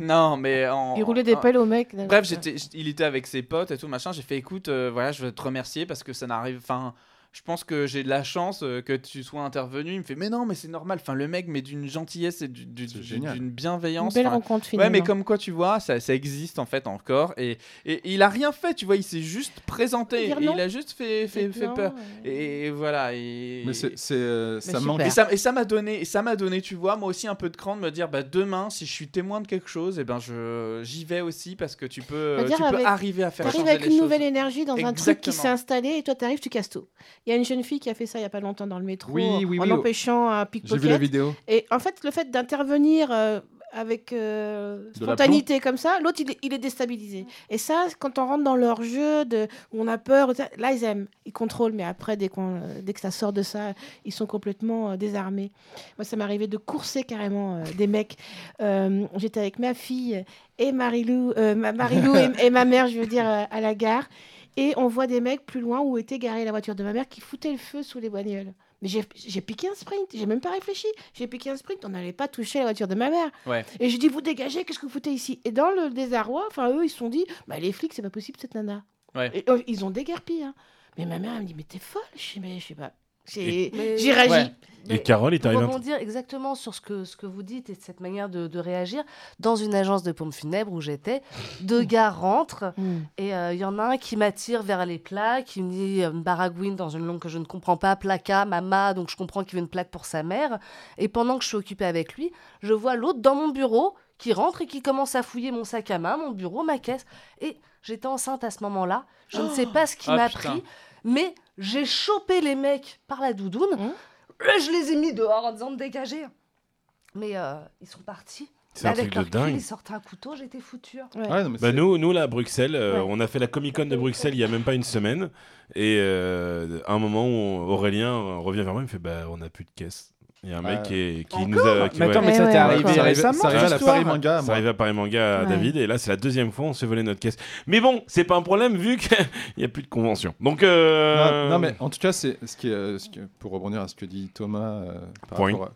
[SPEAKER 3] Non, mais en.
[SPEAKER 4] Il roulait des
[SPEAKER 3] en-
[SPEAKER 4] pelles au mec. euh, là.
[SPEAKER 3] Ah. Bref, j'étais, j- il était avec ses potes et tout machin. J'ai fait, écoute, euh, voilà, je veux te remercier parce que ça n'arrive. Enfin, je pense que j'ai de la chance euh, que tu sois intervenu. Il me fait, mais non, mais c'est normal. Enfin, le mec, mais d'une gentillesse et du- du-
[SPEAKER 1] C'est
[SPEAKER 3] du-
[SPEAKER 1] génial.
[SPEAKER 3] d'une
[SPEAKER 4] Une
[SPEAKER 3] bienveillance.
[SPEAKER 4] belle
[SPEAKER 3] enfin,
[SPEAKER 4] rencontre hein.
[SPEAKER 3] Ouais,
[SPEAKER 4] finalement.
[SPEAKER 3] mais comme quoi, tu vois, ça, ça existe en fait encore. Et, et il a rien fait, tu vois, il s'est juste présenté.
[SPEAKER 4] Dire
[SPEAKER 3] Et
[SPEAKER 4] non.
[SPEAKER 3] il a juste fait, fait, fait
[SPEAKER 4] Maintenant,
[SPEAKER 3] peur.
[SPEAKER 4] euh,
[SPEAKER 3] Et voilà. Et...
[SPEAKER 1] Mais c'est, c'est, euh, ça
[SPEAKER 4] super.
[SPEAKER 1] manque.
[SPEAKER 3] Et ça, et ça m'a donné, et ça m'a donné, tu vois, moi aussi un peu de cran de me dire, bah demain, si je suis témoin de quelque chose, et ben je, j'y vais aussi parce que tu peux,
[SPEAKER 4] Faut
[SPEAKER 3] tu
[SPEAKER 4] Bah, dire
[SPEAKER 3] peux
[SPEAKER 4] avec-
[SPEAKER 3] arriver à faire
[SPEAKER 4] T'arrives
[SPEAKER 3] changer
[SPEAKER 4] avec
[SPEAKER 3] les
[SPEAKER 4] une
[SPEAKER 3] choses.
[SPEAKER 4] nouvelle énergie dans un truc qui
[SPEAKER 3] Exactement.
[SPEAKER 4] s'est installé et toi t'arrives, tu casses tout. Il y a une jeune fille qui a fait ça il y a pas longtemps dans le métro
[SPEAKER 1] Oui, oui,
[SPEAKER 4] en
[SPEAKER 1] oui,
[SPEAKER 4] empêchant un
[SPEAKER 1] J'ai vu la
[SPEAKER 4] pickpocket.
[SPEAKER 1] vidéo.
[SPEAKER 4] Et en fait, le fait d'intervenir euh, avec euh,
[SPEAKER 1] De
[SPEAKER 4] spontanéité comme ça, l'autre il, est- il est déstabilisé. Et ça, quand on rentre dans leur jeu, de, où on a peur, ça, là ils aiment, ils contrôlent, mais après dès, qu'on, euh, dès que ça sort de ça, ils sont complètement euh, désarmés. Moi, ça m'est arrivé de courser carrément euh, des mecs. Euh, J'étais avec ma fille et Marilou, euh, ma, Marilou et, et ma mère, je veux dire, euh, à la gare. Et on voit des mecs plus loin où était garée la voiture de ma mère qui foutaient le feu sous les bagnoles. Mais j'ai j'ai piqué un sprint, j'ai même pas réfléchi. J'ai piqué un sprint, on n'allait pas toucher la voiture de ma mère.
[SPEAKER 3] Ouais.
[SPEAKER 4] Et je dis, vous dégagez, qu'est-ce que vous foutez ici Et dans le désarroi, enfin eux, ils se sont dit, bah, les flics, c'est pas possible cette nana.
[SPEAKER 3] Ouais.
[SPEAKER 4] Et, euh, ils ont déguerpi. Hein. Mais ma mère, elle me dit, mais t'es folle Je dis, mais je sais pas. J'ai
[SPEAKER 5] Mais-
[SPEAKER 4] j'ai réagi.
[SPEAKER 3] Ouais.
[SPEAKER 2] Et Carole, il
[SPEAKER 5] Pour
[SPEAKER 2] t'arrive un
[SPEAKER 5] rebondir exactement sur ce que, ce que vous dites et cette manière de, de réagir, dans une agence de pompes funèbres où j'étais, deux gars rentrent
[SPEAKER 4] Mm.
[SPEAKER 5] et euh, il y en a un qui m'attire vers les plats, qui me dit euh, baragouine dans une langue que je ne comprends pas, placa, mama, donc je comprends qu'il veut une plaque pour sa mère. Et pendant que je suis occupée avec lui, je vois l'autre dans mon bureau qui rentre et qui commence à fouiller mon sac à main, mon bureau, ma caisse. Et j'étais enceinte à ce moment-là. Je ne sais pas ce qui
[SPEAKER 3] Ah,
[SPEAKER 5] m'a
[SPEAKER 3] putain.
[SPEAKER 5] pris, mais j'ai chopé les mecs par la doudoune.
[SPEAKER 4] Hein
[SPEAKER 5] et je les ai mis dehors en disant de dégager. Mais euh, ils sont partis.
[SPEAKER 2] C'est un
[SPEAKER 5] Avec
[SPEAKER 2] truc de
[SPEAKER 5] leur cul,
[SPEAKER 2] dingue.
[SPEAKER 5] ils sortaient un couteau, j'étais foutue. hein.
[SPEAKER 4] Ouais.
[SPEAKER 1] Ouais, non, mais
[SPEAKER 2] Bah
[SPEAKER 1] c'est-
[SPEAKER 2] nous, nous là à Bruxelles, euh,
[SPEAKER 4] Ouais.
[SPEAKER 2] on a fait la Comic Con de Bruxelles il y a même pas une semaine et euh, à un moment où Aurélien euh, revient vers moi, il me fait bah on a plus de caisse. Il y a un mec
[SPEAKER 1] Ouais.
[SPEAKER 2] qui, est- qui
[SPEAKER 3] Encore
[SPEAKER 2] nous a qui,
[SPEAKER 3] Mais attends,
[SPEAKER 2] ouais.
[SPEAKER 3] mais
[SPEAKER 4] Ouais,
[SPEAKER 3] ça
[SPEAKER 4] ouais,
[SPEAKER 3] t'est
[SPEAKER 4] ouais,
[SPEAKER 1] Ça
[SPEAKER 3] arrivé
[SPEAKER 1] arrive-
[SPEAKER 3] récemment
[SPEAKER 1] ça arrive à la
[SPEAKER 3] l'histoire
[SPEAKER 1] Paris Manga.
[SPEAKER 2] Ça
[SPEAKER 1] moi.
[SPEAKER 2] arrive à Paris Manga à
[SPEAKER 4] Ouais.
[SPEAKER 2] David et là c'est la deuxième fois on s'est volé notre caisse. Mais bon, c'est pas un problème vu [laughs] qu'il y a plus de convention. Donc euh,
[SPEAKER 1] Non, non, mais en tout cas, c'est ce qui est, euh, ce que- pour rebondir à ce que dit Thomas, euh, par
[SPEAKER 2] Point.
[SPEAKER 1] rapport à-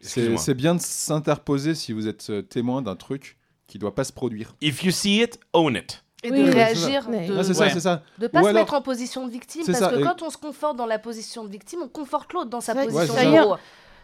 [SPEAKER 1] c'est,
[SPEAKER 2] excuse-moi.
[SPEAKER 1] c'est bien de s'interposer si vous êtes euh, témoin d'un truc qui doit pas se produire.
[SPEAKER 2] if you see it, own it.
[SPEAKER 5] Et
[SPEAKER 4] Oui,
[SPEAKER 5] de
[SPEAKER 4] oui,
[SPEAKER 5] réagir,
[SPEAKER 4] c'est ça.
[SPEAKER 5] de
[SPEAKER 1] Ah, c'est
[SPEAKER 5] ne
[SPEAKER 1] ça,
[SPEAKER 3] Ouais.
[SPEAKER 1] c'est ça.
[SPEAKER 5] pas
[SPEAKER 1] Ou
[SPEAKER 5] se
[SPEAKER 1] alors-
[SPEAKER 5] mettre en position de victime,
[SPEAKER 1] C'est
[SPEAKER 5] parce
[SPEAKER 1] ça,
[SPEAKER 5] que
[SPEAKER 1] et-
[SPEAKER 5] quand on se conforte dans la position de victime, on conforte l'autre dans sa
[SPEAKER 4] C'est vrai que-
[SPEAKER 5] position
[SPEAKER 1] Ouais, c'est
[SPEAKER 5] de
[SPEAKER 4] ça.
[SPEAKER 5] héros.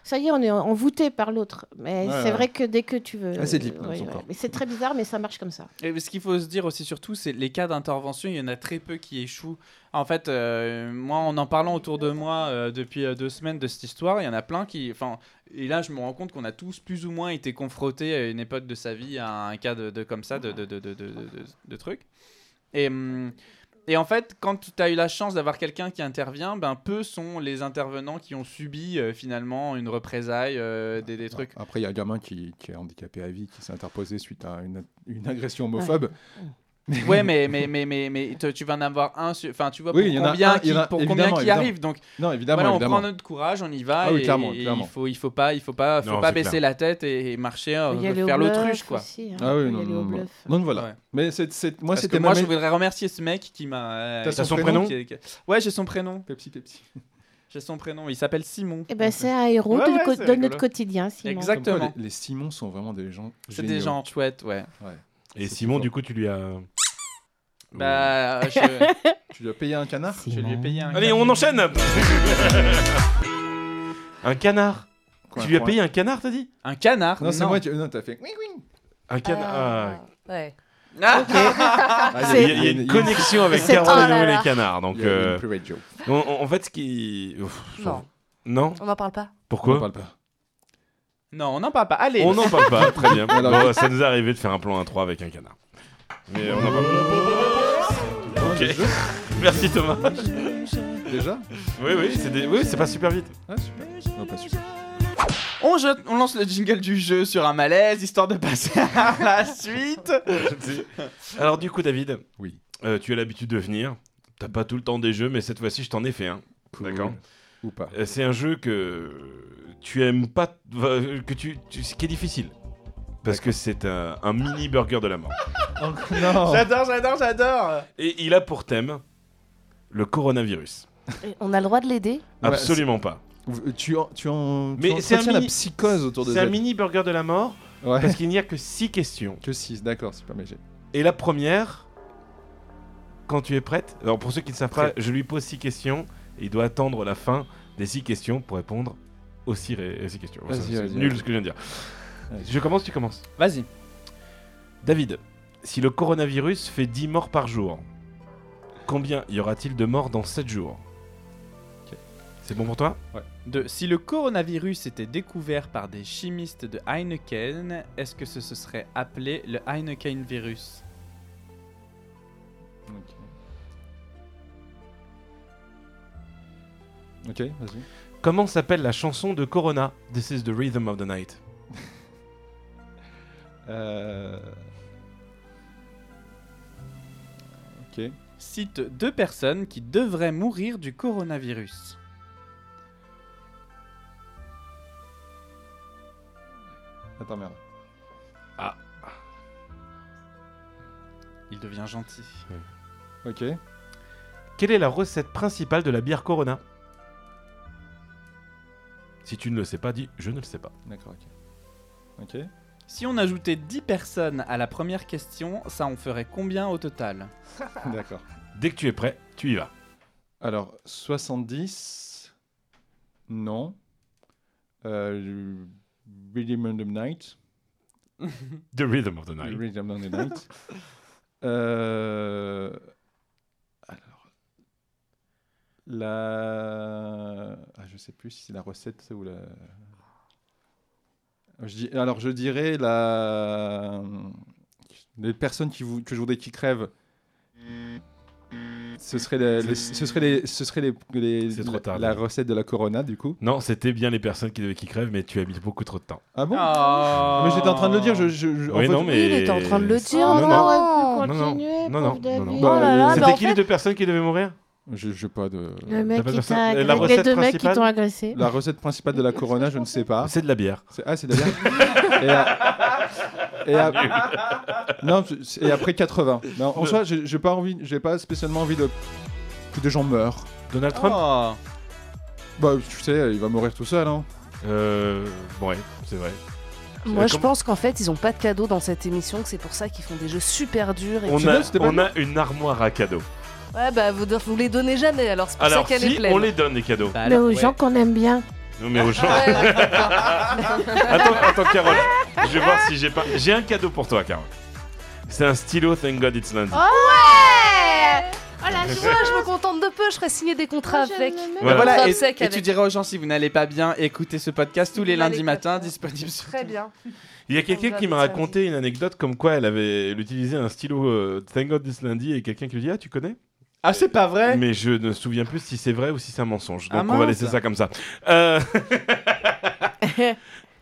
[SPEAKER 4] ça y est, on est en- envoûté par l'autre. Mais
[SPEAKER 1] Ouais,
[SPEAKER 4] c'est
[SPEAKER 1] ouais.
[SPEAKER 4] vrai que dès que tu veux.
[SPEAKER 1] Ah, c'est
[SPEAKER 4] euh,
[SPEAKER 1] deep,
[SPEAKER 4] ouais,
[SPEAKER 1] son
[SPEAKER 4] ouais.
[SPEAKER 1] corps.
[SPEAKER 4] Mais c'est très bizarre, mais ça marche comme ça.
[SPEAKER 3] Et ce qu'il faut se dire aussi surtout, c'est les cas d'intervention, il y en a très peu qui échouent. En fait, euh, moi, en en parlant autour de moi euh, depuis euh, deux semaines de cette histoire, il y en a plein qui... Enfin, et là, je me rends compte qu'on a tous plus ou moins été confrontés à une époque de sa vie, à un cas de, de- comme ça, de, de, de, de, de, de- de truc. Et, hum, et en fait, quand tu as eu la chance d'avoir quelqu'un qui intervient, ben, peu sont les intervenants qui ont subi euh, finalement une représaille, euh, des, des trucs.
[SPEAKER 1] Ah, Après, il y a un gamin qui, qui est handicapé à vie, qui s'est interposé suite à une, une agression homophobe.
[SPEAKER 3] Ouais, mais, mais, mais, mais, mais te- tu vas en avoir un. sur- Enfin, tu vois
[SPEAKER 1] Oui,
[SPEAKER 3] pour
[SPEAKER 1] il y en a
[SPEAKER 3] combien
[SPEAKER 1] un, il
[SPEAKER 3] qui,
[SPEAKER 1] y en a-
[SPEAKER 3] pour
[SPEAKER 1] évidemment,
[SPEAKER 3] combien qui
[SPEAKER 1] évidemment.
[SPEAKER 3] arrive. Donc
[SPEAKER 1] Non, évidemment,
[SPEAKER 3] voilà, on
[SPEAKER 1] évidemment.
[SPEAKER 3] prend notre courage, on y va.
[SPEAKER 1] Ah oui,
[SPEAKER 3] et,
[SPEAKER 1] clairement,
[SPEAKER 3] et
[SPEAKER 1] clairement.
[SPEAKER 3] il faut, il faut pas, il faut pas, faut
[SPEAKER 2] Non,
[SPEAKER 3] pas
[SPEAKER 2] c'est
[SPEAKER 3] baisser
[SPEAKER 2] clair.
[SPEAKER 3] la tête et, et marcher, euh,
[SPEAKER 4] Faut y aller au
[SPEAKER 3] faire
[SPEAKER 4] bluff
[SPEAKER 3] l'autruche, quoi.
[SPEAKER 4] aussi, hein.
[SPEAKER 1] Ah oui,
[SPEAKER 4] Faut y
[SPEAKER 1] non,
[SPEAKER 4] aller au
[SPEAKER 1] non, non.
[SPEAKER 4] bluff.
[SPEAKER 1] Donc voilà.
[SPEAKER 3] Ouais.
[SPEAKER 1] Mais c'est, c'est- moi,
[SPEAKER 3] Parce
[SPEAKER 1] c'était
[SPEAKER 3] que moi,
[SPEAKER 1] ma
[SPEAKER 3] je
[SPEAKER 1] mé-
[SPEAKER 3] voudrais remercier ce mec qui m'a. euh,
[SPEAKER 1] T'as
[SPEAKER 3] qui-
[SPEAKER 2] son
[SPEAKER 3] qui-
[SPEAKER 2] prénom
[SPEAKER 3] qui- qui- Ouais, j'ai son prénom.
[SPEAKER 1] Pepsi, Pepsi.
[SPEAKER 3] J'ai son prénom. Il s'appelle Simon.
[SPEAKER 4] Et ben, c'est un héros
[SPEAKER 3] Ouais,
[SPEAKER 4] de,
[SPEAKER 3] ouais,
[SPEAKER 4] co-
[SPEAKER 3] c'est
[SPEAKER 4] de
[SPEAKER 3] rigolo.
[SPEAKER 4] notre quotidien, Simon.
[SPEAKER 1] Comme quoi,
[SPEAKER 3] Exactement.
[SPEAKER 1] les, les Simons sont vraiment des gens.
[SPEAKER 3] C'est des
[SPEAKER 1] géniaux.
[SPEAKER 3] gens chouettes, ouais.
[SPEAKER 2] Et
[SPEAKER 1] C'est
[SPEAKER 2] Simon,
[SPEAKER 1] fort.
[SPEAKER 2] du coup, tu lui as.
[SPEAKER 3] Bah,
[SPEAKER 4] [laughs]
[SPEAKER 3] je,
[SPEAKER 1] Tu dois payer un canard
[SPEAKER 3] je lui ai payé un.
[SPEAKER 2] Allez, on enchaîne Un canard
[SPEAKER 1] Quoi,
[SPEAKER 2] Tu lui as
[SPEAKER 1] quoi
[SPEAKER 2] payé un canard, t'as dit
[SPEAKER 3] Un canard.
[SPEAKER 1] Non, c'est moi. Tu... Non, t'as fait. Oui, oui.
[SPEAKER 2] Un canard. ah,
[SPEAKER 5] Euh, Ouais.
[SPEAKER 3] Ah
[SPEAKER 1] Ah,
[SPEAKER 4] C'est-
[SPEAKER 2] Il y a- il y a une connexion avec
[SPEAKER 4] C'est-
[SPEAKER 2] Carole
[SPEAKER 5] oh
[SPEAKER 2] et
[SPEAKER 5] là
[SPEAKER 2] nous, les
[SPEAKER 5] là.
[SPEAKER 2] canards. Donc,
[SPEAKER 1] il y a une
[SPEAKER 2] euh,
[SPEAKER 1] private joke.
[SPEAKER 2] on- on- en fait, ce qui. Ouf, je-
[SPEAKER 5] Non,
[SPEAKER 2] Non
[SPEAKER 5] on n'en parle pas.
[SPEAKER 1] On en
[SPEAKER 2] Pourquoi
[SPEAKER 1] parle pas.
[SPEAKER 3] Non, on n'en parle pas. Allez.
[SPEAKER 2] On n'en parle
[SPEAKER 1] [laughs]
[SPEAKER 2] pas, très bien.
[SPEAKER 1] Alors-
[SPEAKER 2] Bon, ça nous est arrivé de faire un plan 1-3 avec un canard. Mais on en parle
[SPEAKER 1] Non, le jeu,
[SPEAKER 2] pas. Merci Thomas.
[SPEAKER 1] Oh, Déjà
[SPEAKER 2] Oui, oui, c'est des- oui, c'est pas super vite. [laughs]
[SPEAKER 1] Ah, super. Non, pas super.
[SPEAKER 3] On, jette, on lance le jingle du jeu sur un malaise, histoire de passer [laughs] à la suite.
[SPEAKER 2] Alors du coup, David,
[SPEAKER 1] Oui.
[SPEAKER 2] euh, tu as l'habitude de venir. T'as pas tout le temps des jeux, mais cette fois-ci, je t'en ai fait un.
[SPEAKER 1] Cool.
[SPEAKER 2] D'accord.
[SPEAKER 1] Ou pas.
[SPEAKER 2] Euh, C'est un jeu que tu aimes pas, euh, que tu, tu- qui est difficile. Parce que c'est un, un mini burger de la mort.
[SPEAKER 1] non.
[SPEAKER 3] J'adore, j'adore, j'adore.
[SPEAKER 2] Et il a pour thème le coronavirus.
[SPEAKER 5] Et on a le droit de l'aider
[SPEAKER 1] Ouais,
[SPEAKER 2] Absolument pas.
[SPEAKER 1] Vous- Tu en, tu en,
[SPEAKER 2] Mais
[SPEAKER 1] tu
[SPEAKER 2] c'est un
[SPEAKER 1] entretiens la
[SPEAKER 2] mini-
[SPEAKER 1] psychose autour de
[SPEAKER 2] C'est un
[SPEAKER 1] ça.
[SPEAKER 2] mini burger de la mort
[SPEAKER 1] Ouais.
[SPEAKER 2] parce qu'il n'y a que six questions.
[SPEAKER 1] [laughs] Que 6, d'accord, c'est pas magique.
[SPEAKER 2] Et la première, quand tu es prête, alors pour ceux qui ne savent pas, je lui pose six questions et il doit attendre la fin des six questions pour répondre aux six, ré- euh, six questions.
[SPEAKER 1] Vas-y,
[SPEAKER 2] C'est- c'est
[SPEAKER 1] vas-y,
[SPEAKER 2] nul
[SPEAKER 1] vas-y.
[SPEAKER 2] ce que je viens de dire.
[SPEAKER 1] Vas-y.
[SPEAKER 2] Je commence, tu commences.
[SPEAKER 3] Vas-y.
[SPEAKER 2] David, si le coronavirus fait 10 morts par jour, combien y aura-t-il de morts dans 7 jours C'est bon pour toi
[SPEAKER 3] De, si le coronavirus était découvert par des chimistes de Heineken, est-ce que ce se serait appelé le Heineken virus
[SPEAKER 1] Ok, Ok, vas-y.
[SPEAKER 2] Comment s'appelle la chanson de Corona This is the rhythm of the night.
[SPEAKER 1] Euh... Ok.
[SPEAKER 3] Cite deux personnes qui devraient mourir du coronavirus.
[SPEAKER 1] Attends, merde.
[SPEAKER 3] Il devient gentil.
[SPEAKER 1] Ok.
[SPEAKER 2] Quelle est la recette principale de la bière Corona Si tu ne le sais pas, dis je ne le sais pas.
[SPEAKER 1] D'accord, ok. Ok.
[SPEAKER 3] Si on ajoutait 10 personnes à la première question, ça en ferait combien au total
[SPEAKER 1] D'accord.
[SPEAKER 2] Dès que tu es prêt, tu y vas.
[SPEAKER 1] Alors, 70. Non. Euh. Rhythm of the Night.
[SPEAKER 2] The rhythm of the
[SPEAKER 1] Le
[SPEAKER 2] night.
[SPEAKER 1] Rhythm of
[SPEAKER 2] [laughs]
[SPEAKER 1] the Night. Euh, Alors. La. Ah, je sais plus si c'est la recette ou la. Je dis- Alors, je dirais la. Les personnes qui vous... que je voudrais qui crèvent. Ce serait les, les- ce serait les, ce serait les, les-
[SPEAKER 2] C'est trop tard,
[SPEAKER 1] la
[SPEAKER 2] là.
[SPEAKER 1] recette de la Corona du coup.
[SPEAKER 2] Non, c'était bien les personnes qui devaient qui crèvent, mais tu as mis beaucoup trop de temps.
[SPEAKER 1] Ah bon
[SPEAKER 3] Oh.
[SPEAKER 1] Mais j'étais en train de le dire. Je, je- je- en
[SPEAKER 2] Oui,
[SPEAKER 1] fait-
[SPEAKER 2] non, mais.
[SPEAKER 5] Il était en train de le dire.
[SPEAKER 4] Oh,
[SPEAKER 2] Non,
[SPEAKER 4] on
[SPEAKER 2] non.
[SPEAKER 4] aurait
[SPEAKER 2] non,
[SPEAKER 4] pu
[SPEAKER 2] non,
[SPEAKER 4] continuer,
[SPEAKER 2] non, non,
[SPEAKER 4] pauvre
[SPEAKER 2] non,
[SPEAKER 4] David.
[SPEAKER 1] non.
[SPEAKER 5] Oh là là,
[SPEAKER 1] Ah,
[SPEAKER 5] bah,
[SPEAKER 2] C'était
[SPEAKER 5] en
[SPEAKER 2] qui les
[SPEAKER 5] fait,
[SPEAKER 2] deux personnes qui devaient mourir
[SPEAKER 1] je, je pas de.
[SPEAKER 4] Le mec
[SPEAKER 2] pas
[SPEAKER 4] qui
[SPEAKER 2] personne-
[SPEAKER 4] t'a
[SPEAKER 2] la
[SPEAKER 4] agressé.
[SPEAKER 2] recette
[SPEAKER 4] Les deux mecs qui
[SPEAKER 2] principale-
[SPEAKER 4] t'ont agressé.
[SPEAKER 1] La recette principale de la Corona, je ne sais pas.
[SPEAKER 2] C'est de la bière.
[SPEAKER 1] C'est- Ah, c'est de la bière. et, à- et à- non, c'est- et après 80. Non, en soi, j'ai j'ai pas envie, j'ai pas spécialement envie de que des gens meurent.
[SPEAKER 2] Donald Trump
[SPEAKER 3] Oh.
[SPEAKER 1] Bah, tu sais, il va mourir tout seul, hein.
[SPEAKER 2] Euh. Ouais, c'est vrai.
[SPEAKER 5] moi je
[SPEAKER 2] Comme-
[SPEAKER 5] pense qu'en fait ils ont pas de cadeau dans cette émission, que c'est pour ça qu'ils font des jeux super durs. Et...
[SPEAKER 2] On,
[SPEAKER 1] C'est
[SPEAKER 2] a,
[SPEAKER 1] bien, c'était pas
[SPEAKER 2] on a une armoire à cadeaux.
[SPEAKER 5] Ouais bah vous, vous les donnez jamais alors c'est pour ça
[SPEAKER 2] Alors,
[SPEAKER 5] qu'elle est
[SPEAKER 2] si,
[SPEAKER 5] pleine.
[SPEAKER 2] on les donne des cadeaux.
[SPEAKER 3] Bah,
[SPEAKER 4] Mais
[SPEAKER 3] alors,
[SPEAKER 4] aux
[SPEAKER 3] ouais.
[SPEAKER 4] gens qu'on aime bien.
[SPEAKER 2] Non, mais aux gens.
[SPEAKER 5] [laughs] Ouais, ouais,
[SPEAKER 2] Attends, attends, Carole. Je vais voir si j'ai pas. J'ai un cadeau pour toi, Carole. C'est un stylo, thank God it's lundi.
[SPEAKER 5] Oh la joie, je me contente de peu, je ferai signer des contrats avec.
[SPEAKER 2] Voilà.
[SPEAKER 3] Voilà,
[SPEAKER 5] Drop
[SPEAKER 3] et,
[SPEAKER 5] sec
[SPEAKER 3] et
[SPEAKER 5] avec.
[SPEAKER 3] tu diras aux gens si vous n'allez pas bien, écoutez ce podcast tous les
[SPEAKER 5] Vous allez
[SPEAKER 3] lundis matins,
[SPEAKER 5] capter.
[SPEAKER 3] disponible sur.
[SPEAKER 5] Très bien.
[SPEAKER 2] Il y a quelqu'un qui m'a raconté une anecdote comme quoi elle avait elle utilisait un stylo euh, Thank God It's Lundi et quelqu'un qui lui dit Ah, tu connais
[SPEAKER 3] Ah, c'est pas vrai
[SPEAKER 2] Mais je ne me souviens plus si c'est vrai ou si c'est un mensonge.
[SPEAKER 3] Ah,
[SPEAKER 2] Donc on va
[SPEAKER 3] mince.
[SPEAKER 2] laisser ça comme ça. Euh, [laughs]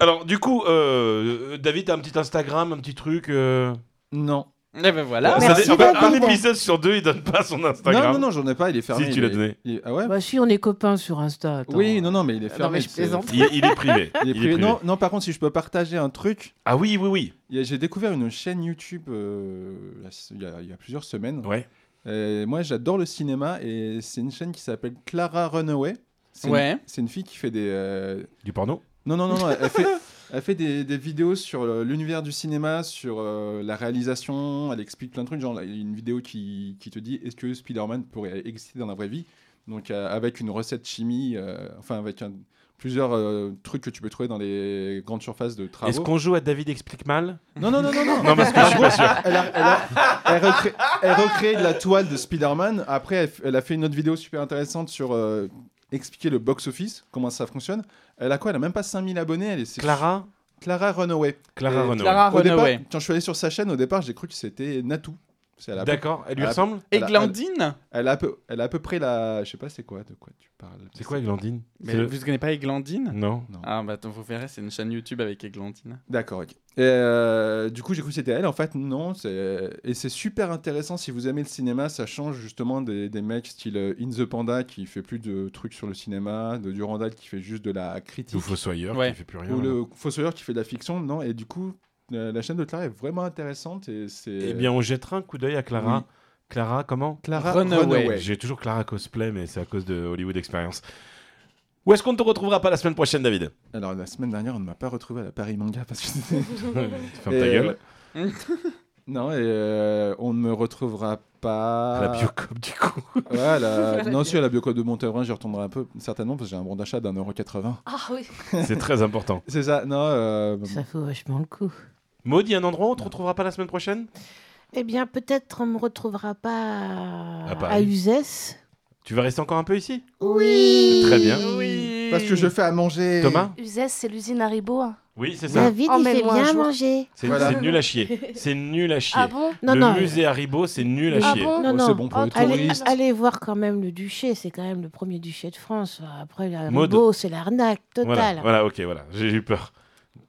[SPEAKER 2] Alors, du coup, euh, euh, David, t'as un petit Instagram, un petit truc euh,
[SPEAKER 1] Non.
[SPEAKER 3] Eh ben voilà.
[SPEAKER 2] ça
[SPEAKER 4] Merci
[SPEAKER 2] dé- en fait, un
[SPEAKER 4] David.
[SPEAKER 2] épisode sur deux, il donne pas son Instagram.
[SPEAKER 1] Non, non, non, j'en ai pas, il est fermé.
[SPEAKER 2] Si, tu
[SPEAKER 1] il
[SPEAKER 2] l'as
[SPEAKER 1] est-
[SPEAKER 2] donné.
[SPEAKER 1] il est- Ah ouais
[SPEAKER 4] Bah si, on est copains sur Insta. attends.
[SPEAKER 1] Oui, non, non, mais il est
[SPEAKER 4] Non,
[SPEAKER 1] fermé.
[SPEAKER 4] mais je
[SPEAKER 1] c'est-
[SPEAKER 4] plaisante.
[SPEAKER 2] Il, il est privé.
[SPEAKER 1] [laughs] Il est privé. Non, non, par contre, si je peux partager un truc,
[SPEAKER 2] Ah oui, oui, oui.
[SPEAKER 1] il y a- j'ai découvert une chaîne YouTube euh, la- il y, a- il y a plusieurs semaines.
[SPEAKER 2] Ouais.
[SPEAKER 1] Et Euh, moi, j'adore le cinéma et c'est une chaîne qui s'appelle Clara Runaway. C'est
[SPEAKER 3] Ouais.
[SPEAKER 1] une, c'est une fille qui fait des. euh,
[SPEAKER 2] Du porno.
[SPEAKER 1] Non, non, non, non, elle
[SPEAKER 2] [laughs]
[SPEAKER 1] fait, elle fait des, des vidéos sur euh, l'univers du cinéma, sur euh, la réalisation. Elle explique plein de trucs. Genre, là, il y a une vidéo qui, qui te dit est-ce que Spider-Man pourrait exister dans la vraie vie Donc, euh, avec une recette chimie, euh, enfin, avec un- plusieurs euh, trucs que tu peux trouver dans les grandes surfaces de
[SPEAKER 2] Est-ce
[SPEAKER 1] travaux.
[SPEAKER 2] qu'on joue à David explique mal
[SPEAKER 1] Non, non, non, non, non.
[SPEAKER 2] Non, parce que je suis pas sûr.
[SPEAKER 1] Elle a, elle a- elle recrée- elle recrée de la toile de Spider-Man. Après, elle, f- elle a fait une autre vidéo super intéressante sur euh, expliquer le box-office, comment ça fonctionne. Elle a quoi Elle a même pas 5000 abonnés. Elle est, c'est- Euh,
[SPEAKER 2] Clara
[SPEAKER 1] Clara Runaway.
[SPEAKER 2] Clara
[SPEAKER 1] Et
[SPEAKER 2] Renaud.
[SPEAKER 3] Clara
[SPEAKER 1] Au départ,
[SPEAKER 3] Runaway.
[SPEAKER 1] quand je suis allé sur sa chaîne, au départ, j'ai cru que c'était Natou. C'est- Elle a, à peu-
[SPEAKER 2] D'accord, elle lui
[SPEAKER 1] Elle a-
[SPEAKER 2] ressemble
[SPEAKER 3] Et
[SPEAKER 1] Elle a-
[SPEAKER 3] Glandine
[SPEAKER 1] elle, a à peu, elle a à peu près la. Je sais pas, c'est quoi De quoi tu parles
[SPEAKER 2] C'est quoi Glandine
[SPEAKER 3] Mais vous connaissez pas Eglandine
[SPEAKER 2] Non.
[SPEAKER 3] Ah, bah attends, vous verrez, c'est une chaîne YouTube avec Eglandine.
[SPEAKER 1] D'accord, ok. Et, euh, du coup, j'ai cru que c'était elle. En fait, non. c'est- Et c'est super intéressant si vous aimez le cinéma. Ça change justement des, des mecs style euh, In the Panda qui fait plus de trucs sur le cinéma, de Durandal qui fait juste de la
[SPEAKER 2] Ou
[SPEAKER 1] critique,
[SPEAKER 2] Fossoyeur
[SPEAKER 3] Ouais.
[SPEAKER 2] qui fait plus rien.
[SPEAKER 1] ou le Fossoyeur qui fait de la fiction. Non, et du coup, euh, la chaîne de Clara est vraiment intéressante. Et c'est.
[SPEAKER 2] Eh bien, on jettera un coup d'œil à Clara.
[SPEAKER 1] Oui. Ah,
[SPEAKER 2] Clara, comment
[SPEAKER 1] Clara
[SPEAKER 3] Runaway.
[SPEAKER 1] Runaway.
[SPEAKER 2] J'ai toujours Clara cosplay, mais c'est à cause de Hollywood Experience. Où est-ce qu'on ne te retrouvera pas la semaine prochaine,
[SPEAKER 1] [laughs]
[SPEAKER 2] David
[SPEAKER 1] Alors, la semaine dernière, on ne m'a pas retrouvé à la Paris Manga parce que c'était.
[SPEAKER 2] Ferme ta
[SPEAKER 1] Et,
[SPEAKER 2] gueule.
[SPEAKER 1] euh, [laughs] non, et euh, on ne me retrouvera pas.
[SPEAKER 2] À La biocop, du
[SPEAKER 1] [laughs]
[SPEAKER 2] coup.
[SPEAKER 1] Ouais, à la- non, si, à la Biocode de Monterrey, j'y retournerai un peu, certainement, parce que j'ai un bon d'achat d'un euro 80.
[SPEAKER 5] Ah oui.
[SPEAKER 2] c'est très important.
[SPEAKER 1] C'est ça, non. euh,
[SPEAKER 4] Ça vaut vachement le coup.
[SPEAKER 2] Maud, il y a un endroit où on te retrouvera pas la semaine prochaine
[SPEAKER 4] Eh bien, peut-être on me retrouvera pas
[SPEAKER 2] À
[SPEAKER 4] à,
[SPEAKER 2] Paris.
[SPEAKER 4] Uzès.
[SPEAKER 2] Tu vas rester encore un peu ici
[SPEAKER 4] Oui.
[SPEAKER 2] Très bien.
[SPEAKER 3] Oui
[SPEAKER 1] Parce que je fais à manger.
[SPEAKER 2] Thomas
[SPEAKER 5] Uzès, c'est l'usine Haribo. hein.
[SPEAKER 2] Oui, c'est ça.
[SPEAKER 4] David, il fait
[SPEAKER 5] Emmène-moi un
[SPEAKER 4] bien
[SPEAKER 5] jour.
[SPEAKER 4] manger.
[SPEAKER 2] C'est
[SPEAKER 1] Voilà.
[SPEAKER 2] c'est nul à
[SPEAKER 5] [laughs]
[SPEAKER 2] chier. C'est nul à chier.
[SPEAKER 5] Ah bon
[SPEAKER 4] Non,
[SPEAKER 2] le
[SPEAKER 4] non.
[SPEAKER 2] musée Haribo, c'est nul à
[SPEAKER 5] Ah
[SPEAKER 2] chier.
[SPEAKER 5] bon
[SPEAKER 1] Oh,
[SPEAKER 4] Non, non.
[SPEAKER 1] c'est bon pour les
[SPEAKER 5] Allez-
[SPEAKER 1] touristes.
[SPEAKER 4] Allez voir quand même le duché, c'est quand même le premier duché de France. Après, la
[SPEAKER 2] Maud.
[SPEAKER 4] Ribot, c'est l'arnaque
[SPEAKER 2] Voilà,
[SPEAKER 4] totale.
[SPEAKER 2] voilà, ok, voilà. J'ai eu peur.